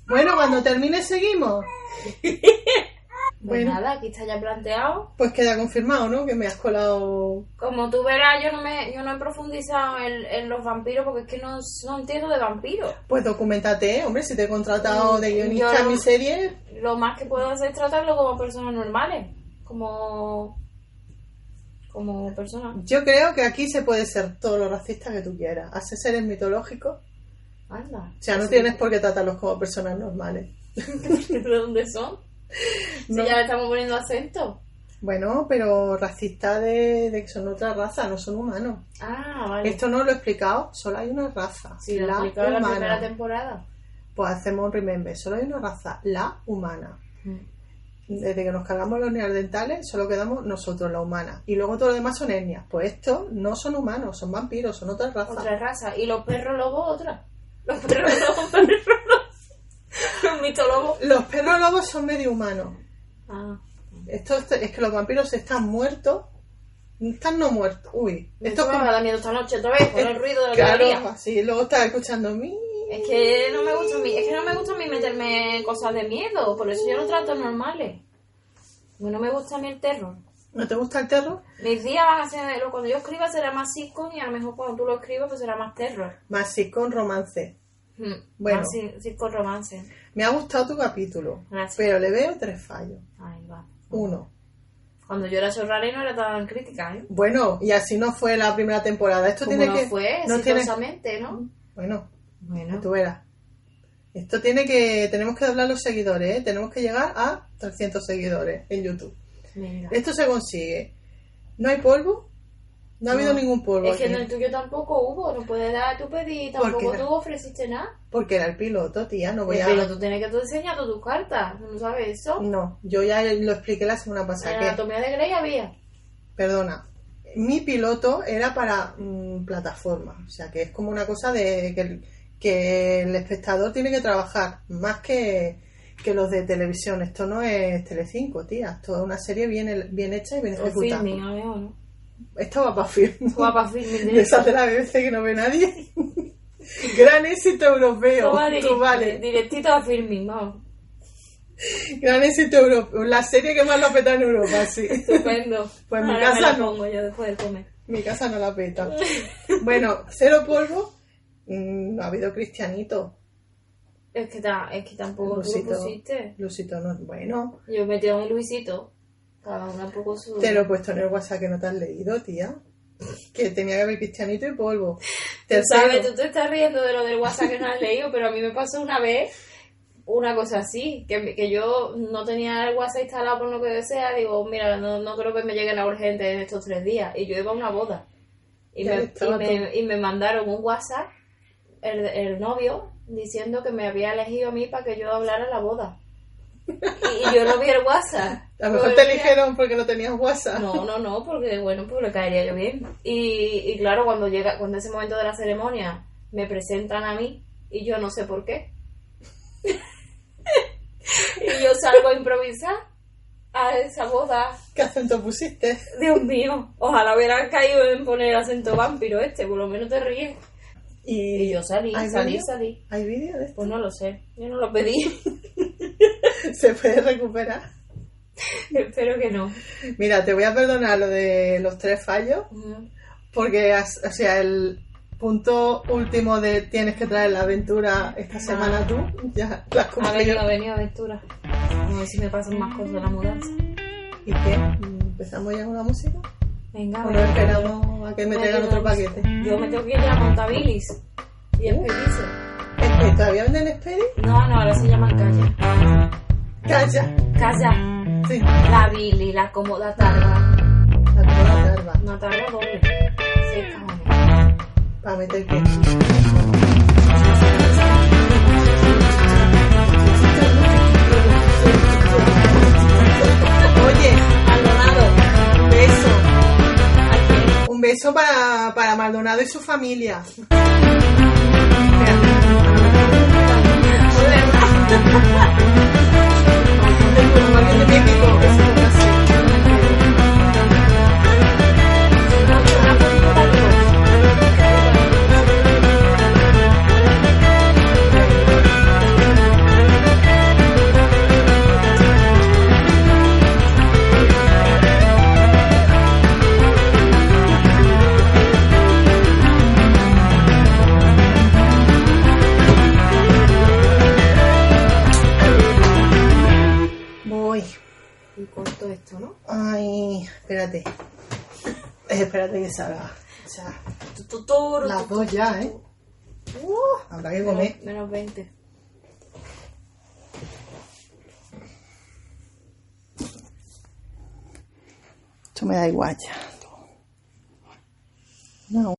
[SPEAKER 1] bueno, cuando termine seguimos.
[SPEAKER 2] Pues
[SPEAKER 1] Bueno.
[SPEAKER 2] nada, aquí está ya planteado.
[SPEAKER 1] Pues queda confirmado, ¿no? Que me has colado.
[SPEAKER 2] Como tú verás, yo no me yo no he profundizado en, en los vampiros porque es que no, no entiendo de vampiros.
[SPEAKER 1] Pues documentate, hombre, si te he contratado de
[SPEAKER 2] Mm,
[SPEAKER 1] guionista
[SPEAKER 2] yo
[SPEAKER 1] en
[SPEAKER 2] no-
[SPEAKER 1] mi serie.
[SPEAKER 2] Lo más que puedo hacer es tratarlo como personas normales, como como personas.
[SPEAKER 1] Yo creo que aquí se puede ser todo lo racista que tú quieras. Hacer seres mitológicos.
[SPEAKER 2] Anda.
[SPEAKER 1] O sea, no
[SPEAKER 2] [laughs]
[SPEAKER 1] tienes por qué tratarlos como personas normales.
[SPEAKER 2] ¿De dónde son?
[SPEAKER 1] No.
[SPEAKER 2] Si ya le estamos poniendo acento.
[SPEAKER 1] Bueno, pero racistas de, de que son otra raza, no son humanos.
[SPEAKER 2] Ah, vale.
[SPEAKER 1] Esto no lo he explicado, solo hay una raza,
[SPEAKER 2] si lo
[SPEAKER 1] la
[SPEAKER 2] explicaba la primera
[SPEAKER 1] humana.
[SPEAKER 2] temporada.
[SPEAKER 1] Pues hacemos un remember, solo hay una raza, la humana.
[SPEAKER 2] Mm.
[SPEAKER 1] Desde que nos cargamos los neandertales, solo quedamos nosotros, la humana. Y luego todo lo demás son etnias. Pues estos no son humanos, son vampiros, son otra raza.
[SPEAKER 2] Otra raza. Y los perros lobos, otra. Los perros lobos, perros lobos. [laughs] Los mitolobos.
[SPEAKER 1] Los perros lobos son medio humanos.
[SPEAKER 2] Ah.
[SPEAKER 1] Esto es es que los vampiros están muertos, están no muertos. Uy, esto es
[SPEAKER 2] Esto me va a dar miedo esta noche otra vez, con el ruido de la
[SPEAKER 1] Claro,
[SPEAKER 2] galería.
[SPEAKER 1] así, luego estás escuchando mi.
[SPEAKER 2] Es que no me gusta a mí, es que no me gusta a mí meterme en cosas de miedo, por eso yo no trato normales. Porque no me gusta a mí el terror.
[SPEAKER 1] ¿No te gusta el terror?
[SPEAKER 2] Mis días van a ser, lo- cuando yo escriba será más sitcom y a lo mejor cuando tú lo escribas pues será más terror.
[SPEAKER 1] Más sí con romance. Hmm, Bueno.
[SPEAKER 2] Bueno. Más si- sitcom romance.
[SPEAKER 1] Me ha gustado tu capítulo,
[SPEAKER 2] Gracias.
[SPEAKER 1] pero le veo tres fallos.
[SPEAKER 2] Ay, va.
[SPEAKER 1] Uno.
[SPEAKER 2] Cuando yo era chorrara y no era tan crítica, ¿eh?
[SPEAKER 1] Bueno, y así no fue la primera temporada. Esto
[SPEAKER 2] Como
[SPEAKER 1] tiene
[SPEAKER 2] no
[SPEAKER 1] que.
[SPEAKER 2] fue
[SPEAKER 1] no tiene-
[SPEAKER 2] exitosamente, ¿no?
[SPEAKER 1] Bueno,
[SPEAKER 2] Bueno.
[SPEAKER 1] tú verás. Esto tiene que. Tenemos que doblar los seguidores, ¿eh? Tenemos que llegar a 300 seguidores en YouTube.
[SPEAKER 2] Venga.
[SPEAKER 1] Esto se consigue. ¿No hay polvo? No ha habido
[SPEAKER 2] No.
[SPEAKER 1] ningún polvo.
[SPEAKER 2] Es que
[SPEAKER 1] aquí,
[SPEAKER 2] en el tuyo tampoco hubo, no puedes dar tu pedido,
[SPEAKER 1] ¿Por
[SPEAKER 2] tampoco
[SPEAKER 1] qué?
[SPEAKER 2] tú ofreciste nada.
[SPEAKER 1] Porque era el piloto, tía. No voy a.
[SPEAKER 2] Pero tú tienes que tú enseñar todas tus cartas, ¿no sabes eso?
[SPEAKER 1] No, yo ya lo expliqué la semana
[SPEAKER 2] En
[SPEAKER 1] pasada. que-
[SPEAKER 2] anatomía de Grey había.
[SPEAKER 1] Perdona. Mi piloto era para mm, plataforma, o sea que es como una cosa de que el, que el espectador tiene que trabajar más que, que los de televisión. Esto no es Telecinco, tía. Esto es una serie bien, bien hecha y bien
[SPEAKER 2] O
[SPEAKER 1] ejecutada.
[SPEAKER 2] filming, a lo mejor, ¿no?
[SPEAKER 1] Esto va para film. [laughs]
[SPEAKER 2] Guapa filming.
[SPEAKER 1] De esas de la BBC que no ve nadie. [laughs] Gran éxito europeo. Tú vale.
[SPEAKER 2] Directito a filming, vamos.
[SPEAKER 1] Gran éxito europeo. La serie que más lo peta en Europa, sí.
[SPEAKER 2] Estupendo.
[SPEAKER 1] Pues en mi
[SPEAKER 2] Ahora me
[SPEAKER 1] casa
[SPEAKER 2] la
[SPEAKER 1] no.
[SPEAKER 2] pongo yo después de comer.
[SPEAKER 1] Mi casa no la peta. Bueno, cero polvo. Mm, No ha habido cristianito.
[SPEAKER 2] Es que, ta- es que tampoco tú
[SPEAKER 1] Luisito.
[SPEAKER 2] lo pusiste.
[SPEAKER 1] Lucito no. Bueno,
[SPEAKER 2] Yo metí a un Luisito. Cada uno un poco su...
[SPEAKER 1] te lo he puesto en el WhatsApp que no te has leído, tía. Que tenía que haber cristianito y polvo. Tercero.
[SPEAKER 2] ¿Sabes? Tú te estás riendo de lo del WhatsApp que no has leído, pero a mí me pasó una vez una cosa así, que, que yo no tenía el WhatsApp instalado por lo que sea, digo, mira, no, no creo que me llegue la urgente en estos tres días, y yo iba a una boda, y,
[SPEAKER 1] Ya
[SPEAKER 2] me, y,
[SPEAKER 1] estaba todo.
[SPEAKER 2] me, y me mandaron un WhatsApp, el, el novio, diciendo que me había elegido a mí para que yo hablara en la boda. Y, y yo no vi el WhatsApp.
[SPEAKER 1] A lo mejor
[SPEAKER 2] Pero
[SPEAKER 1] te
[SPEAKER 2] mira,
[SPEAKER 1] eligieron porque no tenías WhatsApp.
[SPEAKER 2] no, no, no, porque bueno, pues le caería yo bien. Y, y claro, cuando llega, cuando ese momento de la ceremonia me presentan a mí y yo no sé por qué. [laughs] y yo salgo a improvisar a esa boda.
[SPEAKER 1] ¿Qué acento pusiste?
[SPEAKER 2] Dios mío, ojalá hubieran caído en poner acento vampiro este, por lo menos te ríes.
[SPEAKER 1] Y,
[SPEAKER 2] Y yo salí,
[SPEAKER 1] ¿Hay
[SPEAKER 2] salí,
[SPEAKER 1] vídeo?
[SPEAKER 2] salí.
[SPEAKER 1] ¿Hay vídeo de esto?
[SPEAKER 2] Pues no lo sé, yo no lo pedí. [laughs]
[SPEAKER 1] [laughs] ¿Se puede recuperar?
[SPEAKER 2] Espero que no.
[SPEAKER 1] Mira, te voy a perdonar lo de los tres fallos.
[SPEAKER 2] Ujú.
[SPEAKER 1] Porque, as- o sea, el punto último de tienes que traer la aventura esta semana tú, ya la has
[SPEAKER 2] Ha
[SPEAKER 1] cumplido.
[SPEAKER 2] venido, ha venido aventura. A ver si me pasan más cosas de la mudanza.
[SPEAKER 1] ¿Y qué? ¿Empezamos ya con la música?
[SPEAKER 2] Venga,
[SPEAKER 1] ¿O no
[SPEAKER 2] venga.
[SPEAKER 1] esperamos a que me
[SPEAKER 2] Bueno,
[SPEAKER 1] traigan otro
[SPEAKER 2] no sé.
[SPEAKER 1] paquete?
[SPEAKER 2] Yo me tengo que ir a Montabilis y despedirse.
[SPEAKER 1] ¿Es que todavía venden Spedi?
[SPEAKER 2] No, no, ahora se llaman Calla.
[SPEAKER 1] ¡Calla!
[SPEAKER 2] Calla,
[SPEAKER 1] Sí,
[SPEAKER 2] la Billy, la cómoda tarda.
[SPEAKER 1] la cola tarda
[SPEAKER 2] No tarda doble. Seis cajones.
[SPEAKER 1] para meter pie. Oye,
[SPEAKER 2] Abandonada.
[SPEAKER 1] Esto para, para Maldonado y su familia. Voy.
[SPEAKER 2] Y corto esto, ¿no?
[SPEAKER 1] Ay, espérate. Eh, Espérate que salga. O sea,
[SPEAKER 2] Tu, tu, tu, tu,
[SPEAKER 1] las
[SPEAKER 2] tu.
[SPEAKER 1] dos ya, ¿eh?
[SPEAKER 2] Uh,
[SPEAKER 1] Habrá que
[SPEAKER 2] menos,
[SPEAKER 1] comer.
[SPEAKER 2] menos 20.
[SPEAKER 1] Esto me da igual ya. No.